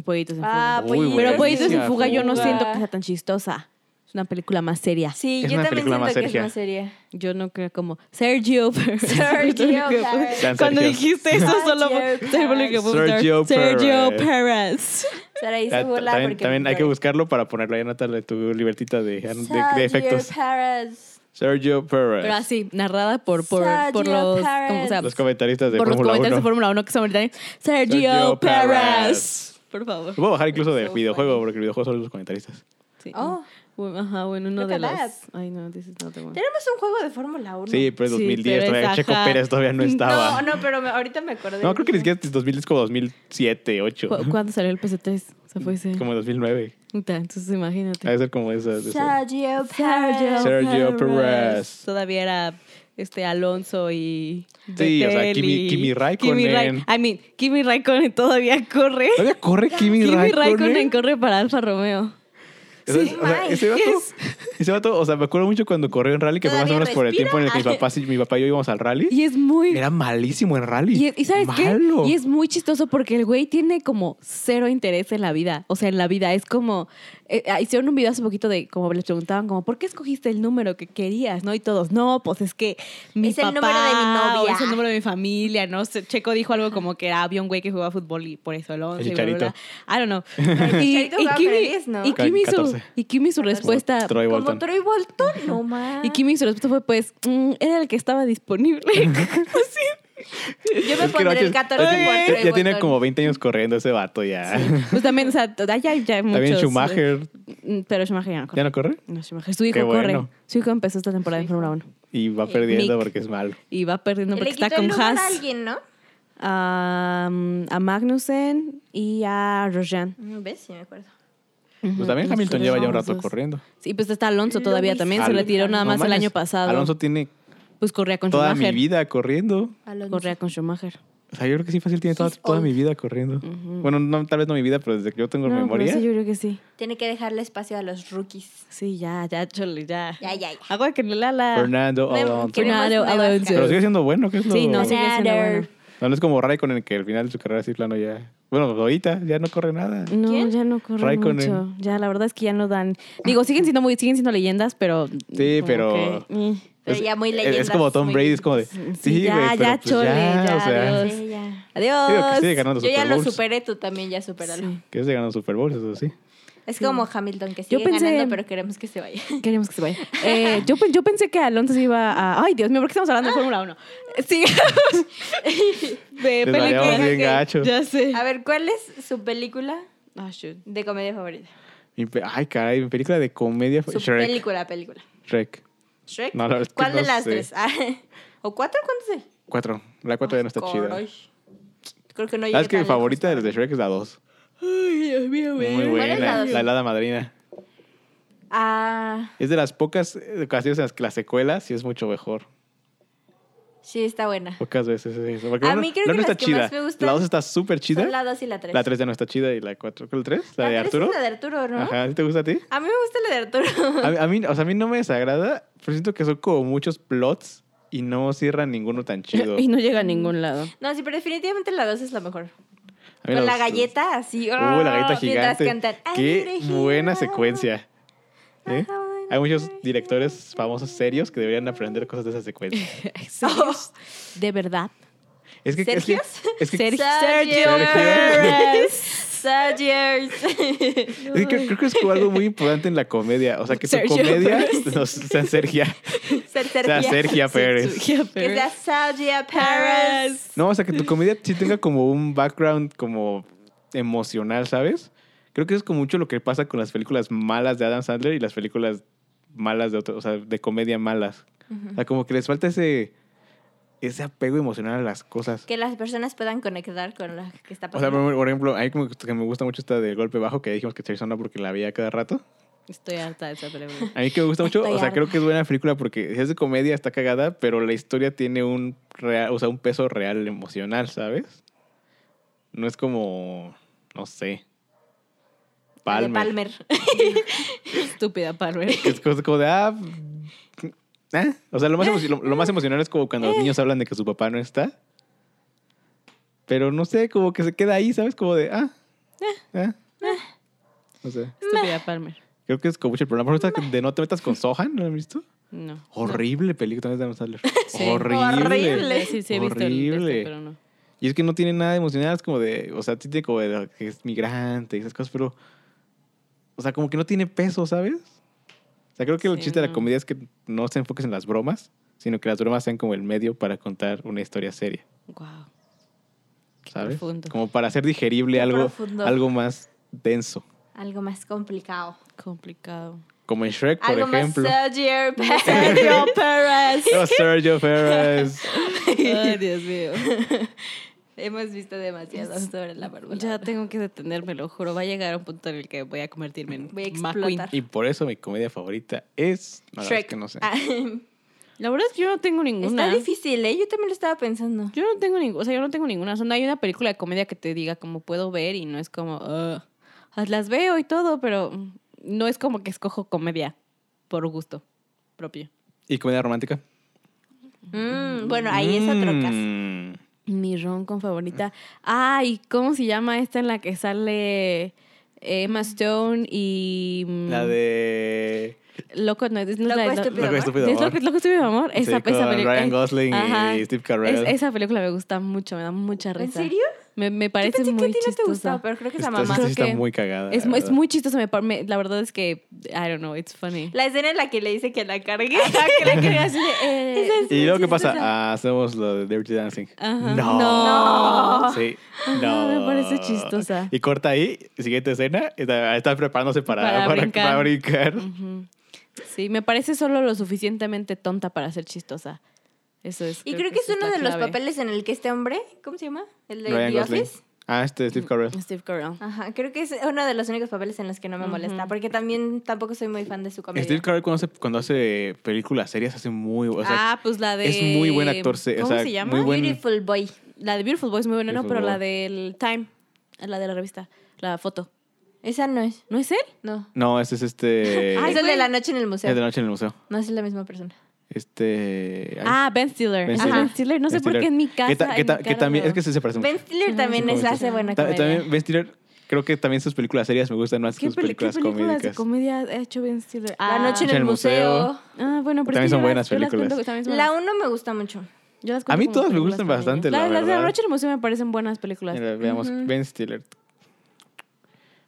C: Pollitos en
B: Ah,
C: fuga.
A: Uy,
B: pollitos.
A: buenísima
C: Pero Pollitos en fuga yo no
A: fuga.
C: siento que sea tan chistosa. Es una película más seria.
B: Sí,
A: Es
B: yo
A: una
B: también
A: película
B: siento
A: más
B: que es
A: seria.
B: más seria.
C: Yo no creo como Sergio *laughs* Pérez.
B: Sergio
A: San
B: Pérez.
A: Sergio.
C: Cuando dijiste eso solo
B: Sergio
C: fue lo que fue
A: Sergio
C: Sergio
A: Pérez.
C: Pérez.
B: Sara hizo
A: Ah,
B: burla
A: también
B: porque...
A: también hay que buscarlo para ponerlo ahí, Natalia, en tu libertita de, de- de efectos.
B: Paris.
A: Sergio
C: Pero
A: Pérez.
C: así, narrada por, por, por
B: Sergio
C: los,
B: Pérez.
C: como, o sea,
A: Los comentaristas de
C: por los
A: Fórmula
C: comentarios
A: 1.
C: de Fórmula 1 que son británicos.
A: Sergio
C: Sergio
A: Pérez.
C: Pérez. Por favor.
A: Lo Voy a bajar incluso de
B: So
A: videojuego,
B: funny.
A: porque el videojuego son los comentaristas.
C: Sí.
B: Oh,
C: Bueno, Ajá, bueno, uno
B: Look
C: de
B: at
C: los.
B: that.
C: Ay, no, this is not the one.
B: tenemos un juego de Fórmula 1.
A: Sí, pero es
C: Sí,
A: 2010,
C: pero es
A: todavía Checo
C: ajá.
A: Pérez todavía no estaba.
B: No, no, pero me- ahorita me acordé.
A: No, creo que ni
B: dije,
A: siquiera es 2000, es como 2007, 8.
C: ¿Cu- ¿Cuándo salió el PS3? O sea, fue ese.
A: *laughs* Como 2009.
C: Puta, Entonces,
A: Ha de
C: imagínate.
A: ser como esa. de esa.
B: Sergio
C: Sergio,
B: Pérez.
A: Sergio Pérez.
C: Todavía era este Alonso y.
A: Sí, o sea,
C: Vettel
A: Kimi-
C: y-
A: Kimi Raikkonen.
C: Kimi Raik- I mean, Kimi Raikkonen todavía corre.
A: ¿Todavía corre Kimi
C: Kimi Raikkonen
A: Raikkonen?
C: corre para Alfa Romeo.
A: O sea,
B: Sí,
A: o sea,
B: Mike,
A: ese vato, ese vato, o sea, me acuerdo mucho cuando corrió en rally, que fue más o
B: Todavía
A: menos por el
B: respira.
A: tiempo en el que mi papá, sí- mi papá y yo íbamos al rally.
C: Y es muy.
A: Era malísimo en rally.
C: Y, y ¿sabes
A: Malo.
C: qué? Y es muy chistoso porque el güey tiene como cero interés en la vida. O sea, en la vida es como... eh, ah, hicieron un video hace poquito de como les preguntaban como, ¿por qué escogiste el número que querías? ¿No? Y todos, no, pues es que mi
B: Es el número de mi
C: papá, o
B: novia".
C: Es el número de mi familia, ¿no? Se- Checo dijo algo como que ah, había un güey que jugaba fútbol y por eso el 11 y bla, bla,
A: Chicharito.
C: bla. I don't
A: *laughs*
C: know. y,
B: Chicharito
C: y
B: jugaba con el
C: Kimi,
B: 10, ¿no?
C: y Kimi su,
A: 14.
C: y Kimi su respuesta...
A: Troy
B: Como
A: Bolton.
B: Troy Bolton, no más.
C: Y Kimi su respuesta fue pues, mm, era el que estaba disponible. *laughs*
B: Yo me
A: Es que no,
B: pondré el
A: ya- ya
B: 14
A: tiene-
B: por
A: ya,
B: Troy
A: ya tiene
B: Bolton.
A: como 20 años corriendo ese vato ya.
C: Pues también, o sea, ya, ya, ya hay muchos...
A: *laughs* También Schumacher.
C: Mm, Pero Schumacher ya no corre.
A: ¿Ya no corre?
C: No, Schumacher. Su hijo
A: Qué
C: corre.
A: bueno.
C: Su hijo empezó esta temporada en
B: Su
C: Fórmula 1.
A: Y va perdiendo
C: Mick.
A: porque es malo.
C: Y va perdiendo porque
B: Le quitó
C: está
B: el
C: con
B: lugar a
C: Haas,
B: alguien, ¿no?
C: a, mm, a Magnussen y a Rojan.
B: Mm, ¿Ves? Sí, me acuerdo.
A: Pues también
C: Los
A: Hamilton
C: tres
A: lleva ya un
C: son los
A: rato
C: dos.
A: corriendo.
C: Sí, pues está Alonso todavía
B: Luis
C: también. Se
A: Al-
C: retiró nada
A: No
C: más el
A: mames,
C: año pasado.
A: Alonso tiene
C: pues corría con
A: toda mi
C: Schumacher.
A: vida corriendo.
B: Alonso.
C: Corría con Schumacher.
A: O sea, yo creo que sí fácil tiene toda,
B: He's
A: toda
B: old.
A: mi vida corriendo.
C: Ujú.
A: Bueno, no, tal vez no mi vida, pero desde que yo tengo
C: No, pero
A: memoria.
C: sí, yo creo que sí.
B: Tiene que dejarle espacio a los rookies.
C: Sí, ya, ya, chole, ya.
B: Ya, ya, ya.
C: Agua que no la la.
A: Fernando
B: Bueno,
A: Alonso.
B: queremos
C: Fernando
B: nuevas
C: Alonso.
A: Pero
B: caras.
A: sigue siendo bueno, que es lo...
C: Sí, no,
B: sí.
C: sigue siendo bueno.
A: No, no es como Raikkonen, que al final de su carrera así plano ya... Bueno, ahorita ya no corre nada.
C: No,
B: ¿Quién?
C: ya no corre
A: Raikkonen.
C: mucho. Ya, la verdad es que ya no dan. Digo, siguen siendo muy, siguen siendo leyendas, pero.
A: Sí,
C: como
A: pero-
C: que, eh.
B: Pero ya muy
A: es- Es
B: leyendas,
A: como Tom
B: muy
A: Brady, es como de...
C: Sí,
A: Sí,
C: ya,
A: güey, pero
C: ya,
A: pues
C: chole, ya,
A: o sea,
C: adiós.
B: Sí, ya.
A: Digo que
C: Adiós.
A: sigue ganando
B: Yo ya
A: Super
B: lo
A: Bowls.
B: superé, tú también ya superalo.
C: Sí.
A: Que se ganan Super Bowls, eso sí.
B: Es como Hamilton que
C: Yo
B: sigue
C: pensé-
B: ganando, pero queremos que se vaya.
C: Queremos que se vaya. Eh, yo, pe- yo pensé que Alonso se iba a. Ay, Dios mío, ¿por qué estamos hablando de Fórmula 1? Sí. *laughs*
A: Les
C: de
A: variamos
C: película.
A: bien gacho.
C: Ya sé.
B: A ver, ¿cuál es su película
C: Ah, shoot.
B: de comedia favorita?
A: Mi pe- Ay, caray, mi película de comedia fue
B: Su
A: Shrek.
B: película, película.
A: Shrek.
B: ¿Shrek?
A: No, la verdad es que
B: ¿Cuál de
A: no
B: las
A: sé.
B: tres? *laughs* Ah, ¿O cuatro? ¿Cuántas hay?
A: Cuatro. La cuatro ya Pues no está chida.
B: Ay, Creo que no
A: La
B: llegué
A: es que mi
B: tan lejos.
A: favorita de los de Shrek es la dos.
C: Ay, Dios mío, güey.
A: Muy
B: ¿Cuál es la
A: buena.
B: dos?
A: La helada madrina.
B: Ah,
A: Es de las pocas eh, ocasiones en las que la secuela sí es mucho mejor.
B: sí, está buena.
A: Pocas veces es eso. Porque
B: A
A: uno-
B: mí creo
A: la
B: que
A: uno
B: las
A: está
B: que
A: chida.
B: más me gustan
A: la dos está súper chida.
B: Son la dos y la tres.
A: La tres ya no está chida y la cuatro. ¿Cuál tres? La,
B: La
A: de
B: tres
A: Arturo.
B: es la de Arturo, ¿no?
A: Ajá, ¿sí ¿te gusta a ti?
B: A mí me gusta la de Arturo. *laughs*
A: A, mí- a mí, o sea, a mí no me desagrada, pero siento que son como muchos plots y no cierran ninguno tan
B: *laughs*
A: chido.
C: Y no llega a ningún *laughs* lado.
B: No, sí, pero definitivamente la dos es la mejor.
A: A mí
B: Con la
A: dos-
B: galleta así.
A: Uh, la galleta
B: oh, mientras
A: gigante.
B: cantan,
A: Qué
B: "I'm the
A: buena
B: hero".
A: secuencia. ¿Eh?
B: Ajá,
A: Hay muchos directores famosos serios que deberían aprender cosas de esa secuencia.
C: Serios. Oh. De verdad.
A: Es que, es que,
B: ¿Sergios?
A: es que,
C: Sergio.
B: *laughs* Sergio
A: Sergio.
B: Pérez. Sergio.
A: es que creo, creo que es como algo muy importante en la comedia. O sea, que tu
C: Sergio
A: comedia
C: Pérez.
A: *laughs* no, sea Sergia,
B: *laughs* Ser
A: sea
B: Sergio.
A: Sergia Pérez.
C: Sergio
B: Que sea
C: Pérez.
B: Sergio Pérez.
A: No, o sea, que tu comedia sí tenga como un background como emocional, ¿sabes? Creo que eso es como mucho lo que pasa con las películas malas de Adam Sandler y las películas malas de otro, o sea, de comedia malas. O sea, como que les falta ese, ese apego emocional a las cosas.
B: Que las personas puedan conectar con lo que está
A: O sea,
B: pasando.
A: por por ejemplo, hay como que me gusta mucho esta de golpe bajo que dijimos que Charizona porque la veía cada rato.
C: Estoy harta de esa película.
A: A mí que me gusta mucho,
B: Estoy
A: o sea,
B: harta.
A: creo que es buena película porque si es de comedia, está cagada, pero la historia tiene un real, o sea, un peso real emocional, ¿sabes? No es como, no sé,
B: La de Palmer.
A: Palmer.
B: *laughs*
C: Estúpida *laughs* Palmer.
A: Que Es cosa como de, ah, ¿eh? O sea, lo más, emo- lo, lo más emocional es como cuando
B: Eh.
A: los niños hablan de que su papá no está. Pero no sé, como que se queda ahí, ¿sabes? Como de, ah,
B: Eh.
A: ah, O sea,
C: Estúpida Palmer.
A: creo que es como mucho el problema. Por ejemplo, de No te metas con Sohan, ¿no lo han visto?
C: No.
A: Horrible película también de
B: *laughs*
A: Adam Sandler.
C: Sí.
A: Horrible.
B: Horrible.
C: Sí, sí, he visto el texto,
A: Horrible.
C: pero no.
A: Y es que no tiene nada emocional, es como de, o sea, sí tiene como de lo que es migrante y esas cosas, pero, o sea, como que no tiene peso, ¿sabes? O sea, creo que el
C: Sí,
A: chiste de la
C: no.
A: comedia es que no se enfoques en las bromas, sino que las bromas sean como el medio para contar una historia seria,
C: Wow.
A: ¿sabes?
C: profundo.
A: Como para hacer digerible
B: Qué
A: algo,
B: profundo.
A: algo más denso.
B: Algo más complicado.
C: Complicado.
A: Como en Shrek, por
B: Algo
A: ejemplo. *laughs*
B: más Sergio Pérez.
C: Sergio Pérez.
A: Oh, Sergio Ferris.
C: Ay, Dios mío.
B: Hemos visto demasiado sobre la bárbara.
C: Ya tengo que detenerme, lo juro. Va a llegar un punto en el que voy a convertirme en
B: Voy a
C: McQueen.
B: explotar.
A: y por eso mi comedia favorita es... no, la verdad es que no sé.
B: *laughs* Ah,
C: La verdad es que yo no tengo ninguna.
B: Está difícil, ¿eh? Yo también lo estaba pensando.
C: Yo no tengo ninguna, o sea, yo no tengo ninguna. O sea, no hay una película de comedia que te diga como puedo ver y no es como, "Ugh". Ah, las veo y todo, pero mm, no es como que escojo comedia por gusto propio.
A: ¿Y comedia romántica?
B: Mm, bueno, ahí es otro caso.
A: Mm.
C: Mi ron con favorita. Ay, ¿cómo se llama esta en la que sale Emma Stone y mm,
A: La de.
C: Loco no es no es
B: Loco,
C: la de-
B: estúpido,
A: Loco,
B: amor.
A: estúpido.
C: ¿Es lo que
A: amor.
C: es lo que estuve, mi amor?
A: Sí,
C: Esa, esa
A: con
C: película.
A: Ryan Gosling
C: Ajá.
A: y Steve Carell.
C: Es- esa película me gusta mucho, me da mucha
B: ¿En
C: risa.
B: serio?
C: Me, me
B: Yo
C: parece
B: pensé que
C: muy
B: a ti no te
C: chistosa.
B: gustaba, pero creo que es la
A: Está-
B: mamá.
A: sí
C: Creo
A: está
C: que
A: muy cagada.
C: Es,
A: la
C: mu- es
A: verdad.
C: muy chistoso, me, par- me- la verdad es que, I don't know, it's funny.
B: La escena en la que le dice que la cargue. *laughs*
C: Eh,
B: Esa es
A: Y
B: muy
A: luego, ¿qué pasa?
B: chistosa.
A: Ah, hacemos lo de Dirty Dancing.
C: Ajá.
A: No.
C: No.
A: Sí.
C: Ah, Ajá,
A: No.
C: me parece chistosa.
A: Y corta ahí, siguiente escena. Está, está preparándose para,
C: Para
A: para,
C: brincar. Mm.
A: para brincar.
C: ujú. Sí, me parece solo lo suficientemente tonta para ser chistosa. Eso es.
B: Y creo que es
C: esa
B: uno
C: la
B: de los
C: clave.
B: papeles en el que este hombre, ¿cómo se llama? El de
A: Ryan
B: The
A: Gosling.
B: Office. Mm,
A: Ah, este Steve Carell.
C: Steve Carell.
B: Ajá, creo que es uno de los únicos papeles en los que no me molesta,
C: Ujú.
B: porque también tampoco soy muy fan de su comedia.
A: Steve Carell cuando hace, cuando hace películas serias hace muy... O sea,
C: ah, pues la de.
A: es muy buen actor. se- o
C: ¿Cómo
A: sea,
C: se llama?
A: muy buen-
B: Beautiful Boy.
C: La de Beautiful Boy es muy buena, ¿no?
A: Beautiful
C: Pero la
A: Boy.
C: del Time, la de la revista, la foto.
B: Esa no es.
C: ¿No es él?
B: No.
A: No, este es este.
B: Ah, es el
C: güey.
B: de la noche en el
A: Es
B: museo.
A: de noche en el museo.
B: No es la misma persona.
A: Este. ay,
C: Ah, Ben Stiller.
A: Ben
C: Ajá.
A: Stiller.
C: Ben Stiller. No sé
A: Ben
C: por
A: Stiller.
C: qué en mi casa.
A: Que, ta- que
C: en
A: ta- que
C: mi cara
A: también.
C: lo-
A: Es que se, se parece mucho.
B: Ben Stiller
C: Ajá,
B: también
A: sí,
B: es,
A: como
B: hace
C: dices.
B: buena
A: Ta-
B: comedia.
A: también Ben Stiller, creo que también sus películas serias me gustan más que
C: ¿Qué,
A: sus
C: peli- qué
A: películas
C: películas de
A: comédicas.
C: comedia ha hecho Ben Stiller? Ah,
B: la noche en el,
A: En el
B: museo.
A: museo.
C: Ah, bueno,
A: También
C: pero es que
A: son
C: yo
A: buenas
C: las- yo las
A: películas.
C: cuento- también son
B: La
C: buenas.
B: uno me gusta mucho.
C: Yo las cuento
A: A mí
C: como
A: todas me
C: películas ¿eh?
A: gustan
C: para
A: bastante,
C: niños.
A: la
C: Las de la
A: verdad.
C: noche en el museo me parecen buenas películas.
A: Mira, veamos,
B: Ujú.
A: Ben Stiller.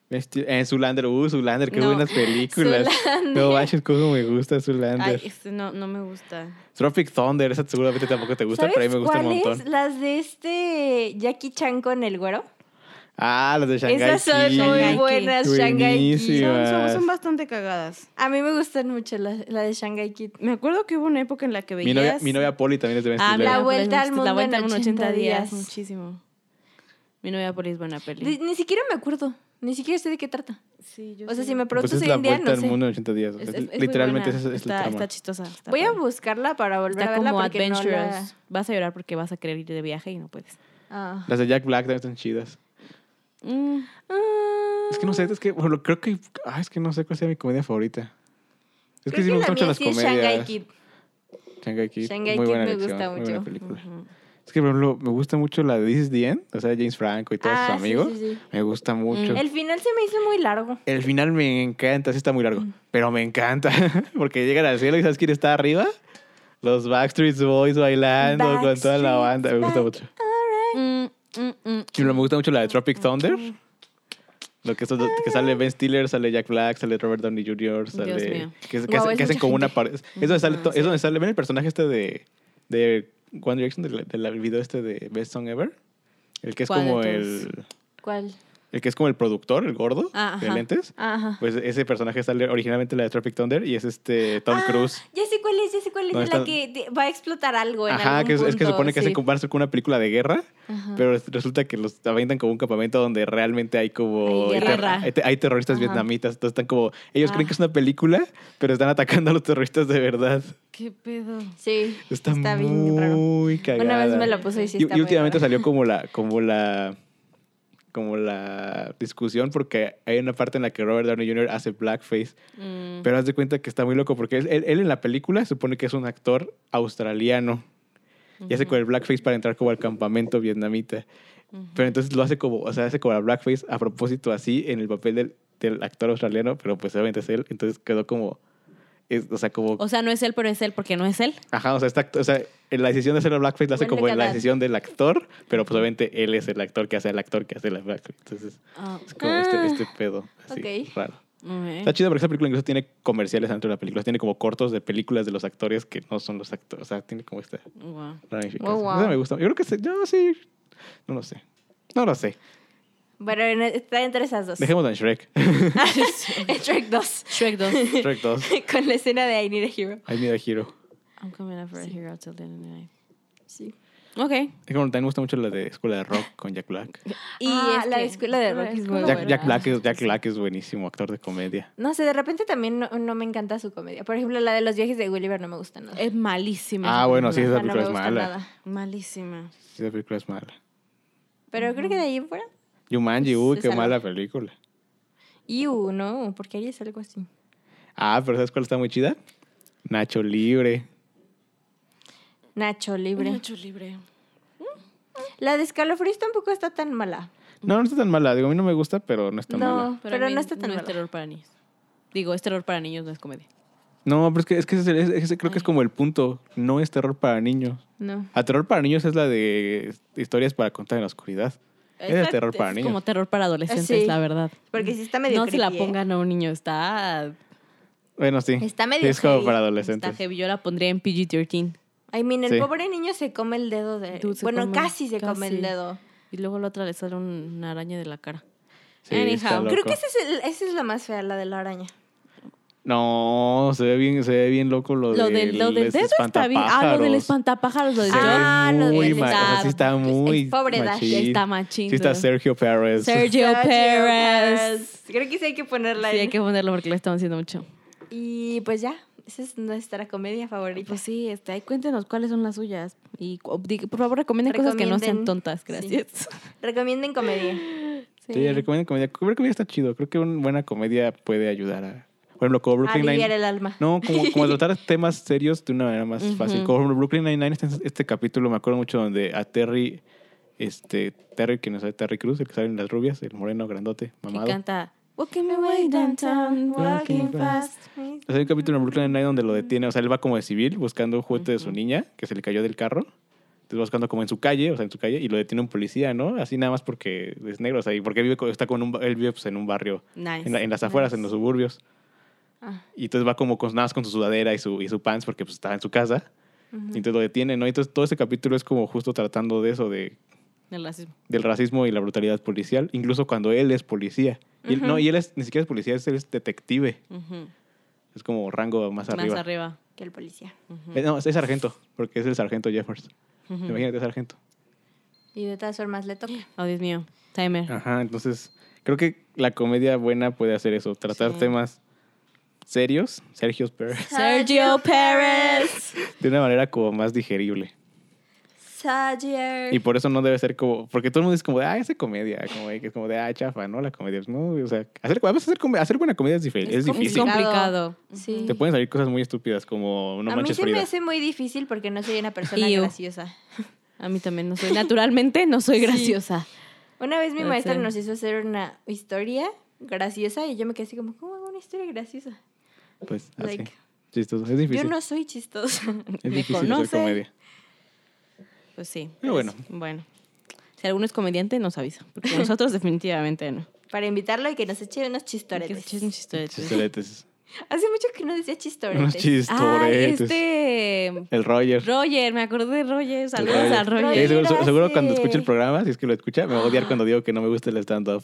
A: Ben Stiller. Eh, Zulander, uh, Zulander, qué
C: No.
A: buenas películas. No manches, cómo me gusta Zulander.
C: Ay, este no, no me gusta.
A: Tropic Thunder, esa seguramente tampoco te gusta,
B: ¿Sabes
A: pero a mí me gusta un
B: cuáles?
A: montón.
B: Las de este Jackie Chan con el güero.
A: Ah, las de Shanghai.
B: Esas son muy
C: Shanghai
B: buenas,
A: Kid.
B: Shanghai Kid.
A: Buenísimo.
C: Son, son-
A: vas.
C: son bastante cagadas.
B: A mí me gustan mucho las la de Shanghai Kid.
C: Me acuerdo que hubo una época en la que veías...
A: mi, novia, mi novia Polly también es de Ben
C: Ah,
A: Stiller. Pues
B: la
C: Mira,
B: vuelta
C: Polis,
B: al mundo
C: la vuelta
B: en
C: 80
B: 80
C: días.
B: días.
C: Muchísimo. Mi novia Poli es buena peli.
B: Ni, ni siquiera me acuerdo. Ni siquiera sé de qué trata.
C: Sí, yo
B: O sea,
C: sé.
B: si me
A: Pues
B: preguntas
A: es
B: hoy
A: la
B: en día,
A: vuelta
B: no
A: al
B: sé.
A: mundo en 80 días.
C: Es-
A: Es-
C: es- es muy
A: literalmente
C: buena.
A: esa es, es
C: está,
A: la trama.
C: está chistosa. está
B: Voy a
C: padre.
B: buscarla para volver
C: Está
B: a verla
C: como
B: porque no
C: adventurous.
B: la...
C: Vas a llorar porque vas a querer ir de viaje y no puedes.
B: Ah.
A: Las de Jack Black también están chidas.
C: Mm,
A: Es que no sé, es que bueno, creo que. Ah, es que no sé cuál sea mi comedia favorita. Es que
B: Creo
A: sí me
B: la
A: gustan mucho
B: mía
A: las
B: sí es Shanghai
A: comedias.
B: Kid.
A: Shanghai Kid.
B: Shanghai
A: muy
B: Kid
A: buena
B: me
A: elección,
B: gusta
A: muy buena
B: mucho.
A: película.
C: ujú.
A: Es que, por ejemplo, me gusta mucho la de This is the End, o sea, James Franco y todos
B: Ah,
A: sus
B: sí,
A: amigos.
B: sí, sí.
A: Me gusta mucho.
C: Mm.
A: El,
B: El final se me hizo muy largo.
A: final me encanta, sí está muy
B: Mm.
A: largo, pero me encanta. *laughs* Porque llegan al cielo y ¿sabes quién está arriba? Los Backstreet Boys bailando con toda la
B: Backstreet
A: banda. Me gusta
B: Back.
A: mucho.
C: Mm, mm, mm.
A: Y luego me gusta mucho la de Tropic Thunder. Lo que, es- que sale Ben Stiller, sale Jack Black, sale Robert Downey Jr., sale.
C: Dios mío.
A: Que,
B: Wow,
A: que hacen-
B: es
A: que hacen
B: mucha
A: como una
B: gente.
A: pared. Es donde sale,
C: Ujú,
A: to-
C: Ah, sí.
A: es donde sale. ¿Ven el personaje este de, de One Direction, del, del video este de Best Song Ever? El que es
C: ¿Cuál de
A: como
C: todos?
A: el.
B: ¿Cuál?
A: El que es como el productor, el gordo,
C: Ah,
A: de
C: ajá.
A: lentes.
B: Ajá.
A: Pues ese personaje sale originalmente en la de Tropic Thunder y es este Tom
B: Ah,
A: Cruise.
B: Ya sé cuál es, ya sé cuál es.
A: No,
B: la
A: está-
B: que te- va a explotar algo en
A: Ajá,
B: algún
A: que es, es que
B: punto,
A: supone que
B: sí.
A: hacen como- van a hacer como una película de guerra,
B: Ajá.
A: pero es- resulta que los aventan como un campamento donde realmente hay como...
B: Hay
A: ter-
C: guerra.
A: hay te- hay terroristas
B: Ajá.
A: vietnamitas, entonces están como... Ellos
C: Ah.
A: creen que es una película, pero están atacando a los terroristas de verdad.
C: ¿Qué pedo?
B: Sí,
A: Está,
B: está, bien raro.
A: muy cagada.
B: Una vez me la puse y sí
A: Y,
B: está
A: y
B: muy
A: últimamente
B: raro.
A: salió
B: *laughs*
A: como la, como la, como la discusión porque hay una parte en la que Robert Downey Jr. hace blackface,
C: Mm.
A: pero haz de cuenta que está muy loco porque él, él- él en la película supone que es un actor australiano y hace con el blackface para entrar como al campamento vietnamita, pero entonces lo hace como, o sea, hace como la blackface a propósito así en el papel del, del actor australiano, pero pues obviamente es él, entonces quedó como, es- o sea, como
C: O sea, no es él, pero es él porque no es él.
A: Ajá, o sea, está, o sea, en la decisión de hacer el blackface la hace
B: Vuelve
A: como en la
B: cada-
A: decisión del actor, pero pues obviamente él es el actor que hace al actor que hace la blackface. Entonces,
C: Ah,
A: es como
B: Ah,
A: este, este pedo así,
B: ok. Eh.
A: raro.
C: ok.
A: Está chido porque esa película incluso tiene comerciales dentro de la película, tiene como cortos de películas de los actores que no son los actores, o sea, tiene como esta
C: Guau.
A: ramificación.
B: Oh, wow.
A: Esa me gusta. Yo creo que, se- yo sí, no lo sé. No lo sé.
B: Bueno, en- e, está entre esas dos. *laughs* Ah,
A: Dejemos en Shrek.
B: Shrek 2.
C: Shrek *laughs* 2.
A: Shrek 2.
B: *laughs* Con la escena de I Need a Hero.
A: I Need a Hero.
C: I'm coming up for a
B: Sí.
C: hero till the end of the night.
B: Sí.
C: Ok.
A: Es como también me gusta mucho la de Escuela de Rock con
B: *laughs*
A: Jack Black.
B: Y
C: Ah,
B: la
C: este,
B: escuela de
C: la
B: rock es muy
C: escuela de
A: Jack,
B: buena.
C: rock.
A: Jack Black es, Jack Black es buenísimo actor de comedia.
B: No sé, de repente también no, no me encanta su comedia. Por ejemplo, la de los viajes de Gulliver no me gusta nada.
C: Es malísima.
A: Ah, bueno, sí,
B: Ajá,
A: esa
B: no
A: película
B: me
A: es
B: gusta
A: mala.
B: nada.
C: Malísima.
A: Sí, esa película es mala.
B: Pero creo que de ahí en fuera.
A: Yumanji, uy,
B: Se
A: qué
B: salva.
A: mala película.
B: Iu, no, porque harías algo así.
A: Ah, pero ¿sabes cuál está muy chida? Nacho Libre.
B: Nacho libre.
C: Nacho libre.
B: La de escalofríos tampoco está tan mala.
A: No, no está tan mala. Digo, a mí no me gusta, pero no está
B: No.
A: mala.
C: Pero,
B: Pero
C: a mí
B: no está tan
C: No es
B: mala.
C: terror para niños. Digo, es terror para niños, no es comedia.
A: No, pero es que, es que ese- ese- ese creo que es como el punto. No es terror para niños.
B: No.
A: A terror para niños es la de historias para contar en la oscuridad. Es de
C: Esta-
A: terror para
C: es
A: niños.
C: Como terror para adolescentes,
B: Sí.
C: la verdad.
B: Porque sí está medio
C: No se la
B: creepy, ¿eh?
C: pongan a un niño, está,
A: Bueno, sí.
B: Está medio
A: Sí, es como
B: heavy.
A: para
C: está
A: adolescentes.
C: heavy. Yo la pondría en PG-13.
B: Ay, miren, el
A: Sí.
B: pobre niño se come el dedo de.
C: Dude, se
B: bueno,
C: come-
B: casi se come el
C: casi.
B: dedo.
C: Y luego la otra le sale un- una araña de la cara.
A: Sí,
C: Anyhow,
A: está loco.
B: Creo que esa es, el- esa es la más fea, la de la araña.
A: No, se ve bien, se ve bien loco lo,
C: Lo
A: del,
C: del, lo del dedo está bien. Ah, lo del espantapájaros, lo del
A: Sí,
B: Ah, lo del
A: muy mal. O sea,
B: espantapájaros.
A: sí está muy
B: pobre Dash,
A: machín.
C: Ya está machín.
A: Sí está
C: dude.
A: Sergio Pérez.
C: Sergio
B: Sergio
C: Pérez.
B: Pérez. Creo que sí hay que
C: Sí,
B: ponerla ahí.
C: hay que ponerlo porque lo están haciendo mucho.
B: Y pues ya, Esa es nuestra comedia favorita.
C: Pues sí, este, ahí cuéntenos cuáles son las suyas. Y cu- di- por favor, recomienden, cosas que no sean
B: Recomienden.
C: tontas,
B: Sí.
C: gracias.
B: Recomienden comedia.
A: Sí, recomiendo comedia. Creo que está chido. Creo que una buena comedia puede ayudar a. Por ejemplo, como Brooklyn
B: aliviar
A: Nine.
B: el alma.
A: No, como,
C: *laughs*
A: como tratar temas serios de una manera más
C: Ujú.
A: fácil. Como por ejemplo, Brooklyn Nine-Nine, este, este capítulo me acuerdo mucho donde a Terry, este, Terry, que no sabe, Terry Cruz, el que sale en las rubias, el moreno grandote,
C: Me
A: mamado.
C: encanta. Walking my way downtown, walking
A: Walking
C: fast.
A: O sea, hay un capítulo en Brooklyn Nine-Nine donde lo detiene, o sea, él va como de civil buscando un juguete de su
C: Ujú.
A: niña que se le cayó del carro. Entonces va buscando como en su calle, o sea, en su calle, y lo detiene un policía, ¿no? Así nada más porque es negro, o sea, y porque vive, co- está con un, ba- él vive pues, en un barrio,
C: Nice.
A: en, la- en las afueras,
C: nice.
A: en los suburbios.
B: Ah.
A: Y entonces va como con, nada más con su sudadera y su, y su pants porque pues estaba en su casa. Y entonces lo detiene, ¿no? Y Entonces todo ese capítulo es como justo tratando de eso, de,
C: El racismo.
A: del racismo y la brutalidad policial, incluso cuando él es policía. Y él-
B: Ujú.
A: No, y él es, ni siquiera es policía, es, él es detective.
C: Ujú.
A: Es como rango más
C: Más
A: arriba.
C: arriba.
B: Que el policía.
C: Ujú.
A: Eh, No, es sargento, porque es el sargento Jeffers.
C: Ujú.
A: Imagínate sargento.
B: Y de todas formas le toca.
C: Oh, Dios mío. Timer.
A: Ajá, entonces creo que la comedia buena puede hacer eso, tratar
C: Sí.
A: temas serios, Sergio Pérez,
C: Sergio Pérez.
A: *laughs* de una manera como más digerible.
B: Sayer.
A: Y por eso no debe ser como, porque todo el mundo es como de, ah, esa comedia, como de, que es como de, ah, chafa, ¿no? La comedia, pues, no, o sea, hacer, además hacer, come- hacer buena comedia es, dife- es
C: Es
A: difícil.
B: complicado.
C: complicado.
B: Sí.
A: Te pueden salir cosas muy estúpidas como no
B: a mí
A: manches
B: se me
A: Frida.
B: hace muy difícil porque no soy una persona
C: Iu.
B: graciosa.
C: A mí también no soy. Naturalmente no soy
B: Sí.
C: graciosa.
B: Una vez mi
C: Puede
B: maestra
C: ser.
B: nos hizo hacer una historia graciosa y yo me quedé así como, ¿cómo hago una historia graciosa?
A: Pues así.
B: Like,
A: Chistoso, es difícil.
B: yo no soy chistosa.
A: es
C: me
A: difícil hacer
C: conoce.
A: comedia.
C: Pues sí.
A: Pero Ah, bueno.
C: Bueno. Si alguno es comediante, nos avisa.
A: *laughs*
C: Porque nosotros definitivamente no.
B: *laughs* Para invitarlo y que nos eche unos
C: Porque
B: chistoretes.
C: es un chistoretes.
A: Chistoretes.
B: Hace mucho que no decía chistoretes.
A: Unos
B: Ah,
C: Ay,
A: chistoretes.
C: este...
A: El Roger.
C: Roger, me acordé de Roger.
A: El
C: Saludos a
A: Roger.
C: Roger.
A: Sí, seguro,
B: Roger Ah.
A: seguro
B: hace-
A: cuando escuche el programa, si es que lo escucha, me va a odiar cuando digo que no me gusta el stand-up.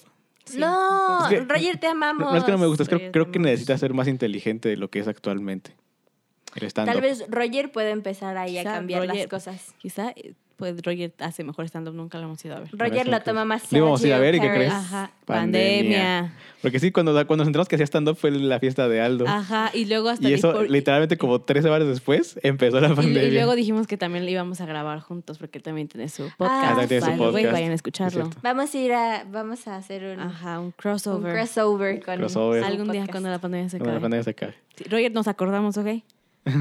B: No,
A: Es que-
B: Roger, te amamos.
A: No, no es que no me gusta, es que
C: Roger,
A: creo
C: te
A: que
C: amamos.
A: necesita ser más inteligente de lo que es actualmente. El stand-up.
B: Tal vez Roger puede empezar ahí a
C: Quizá
B: cambiar las
C: Roger-
B: cosas.
C: Quizá, eh, pues, Roger hace mejor stand-up. Nunca lo hemos ido a ver.
A: ver,
B: Roger
A: sí,
B: lo
A: pues.
B: toma más
A: Lo íbamos a ir a ver, ¿y qué
B: Sergio
A: crees?
B: Harris.
C: Ajá.
A: Pandemia.
C: Pandemia.
A: Porque sí, cuando, cuando nos enteramos que hacía stand-up fue la fiesta de Aldo.
C: Ajá. Y luego hasta...
A: y eso,
C: dijo-
A: literalmente, como tres semanas después, empezó la
C: y- y
A: pandemia.
C: luego dijimos que también lo íbamos a grabar juntos porque él también tiene su
A: Ah,
C: podcast.
B: también tiene su
C: By the way,
A: podcast.
C: Vayan a
A: Es
C: escucharlo.
A: cierto.
B: Vamos a ir a, vamos a hacer un,
C: Ajá, un
B: un
C: crossover.
B: crossover con
A: Crossover.
B: su
C: Algún día
B: podcast.
C: cuando la pandemia se
A: Cuando
C: acabe.
A: la pandemia se acabe.
C: Sí, Roger, nos acordamos, ¿ok?
B: Te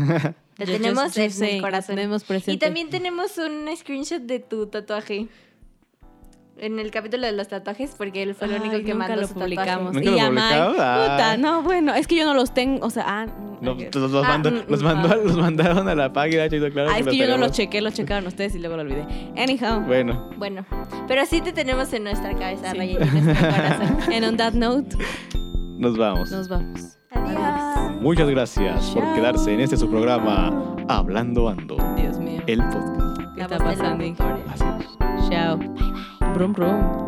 C: Yo- yo-
B: tenemos
C: yo
B: en
C: sé,
B: el
C: lo
B: corazón.
C: tenemos presente.
B: Y también tenemos un screenshot de tu tatuaje. En el capítulo de los tatuajes, porque él fue el único
C: Ay,
B: que
C: nunca
B: mandó
C: lo
B: su
C: publicamos.
B: tatuaje.
A: ¿Nunca lo
C: y a Mike,
A: publicamos? Ah.
C: puta, no, bueno, es que yo no los tengo, o sea, ah, mm,
A: No, pues,
C: ay,
A: los, los
B: Ah,
A: mandó-
B: mm,
A: los
B: mm,
A: mandó-
B: ah.
A: los mandaron a la página, chido, claro.
C: ah, es
A: lo
C: que yo no
A: tenemos.
C: los chequé, los checaron ustedes y luego lo olvidé. Anyhow, *laughs*
A: Bueno,
B: Bueno, pero sí te tenemos en nuestra cabeza,
C: Sí.
B: Roger, en nuestro
C: *laughs*
B: corazón.
C: en on that note,
A: nos vamos.
C: nos vamos.
B: Adiós.
A: Muchas gracias por
C: Chao.
A: quedarse en este su programa Hablando Ando,
C: Dios mío,
A: el podcast.
C: ¿qué
B: La
C: está
B: voz del
C: pasando?
B: locutor.
A: Así es.
C: Chao. Brum, brum.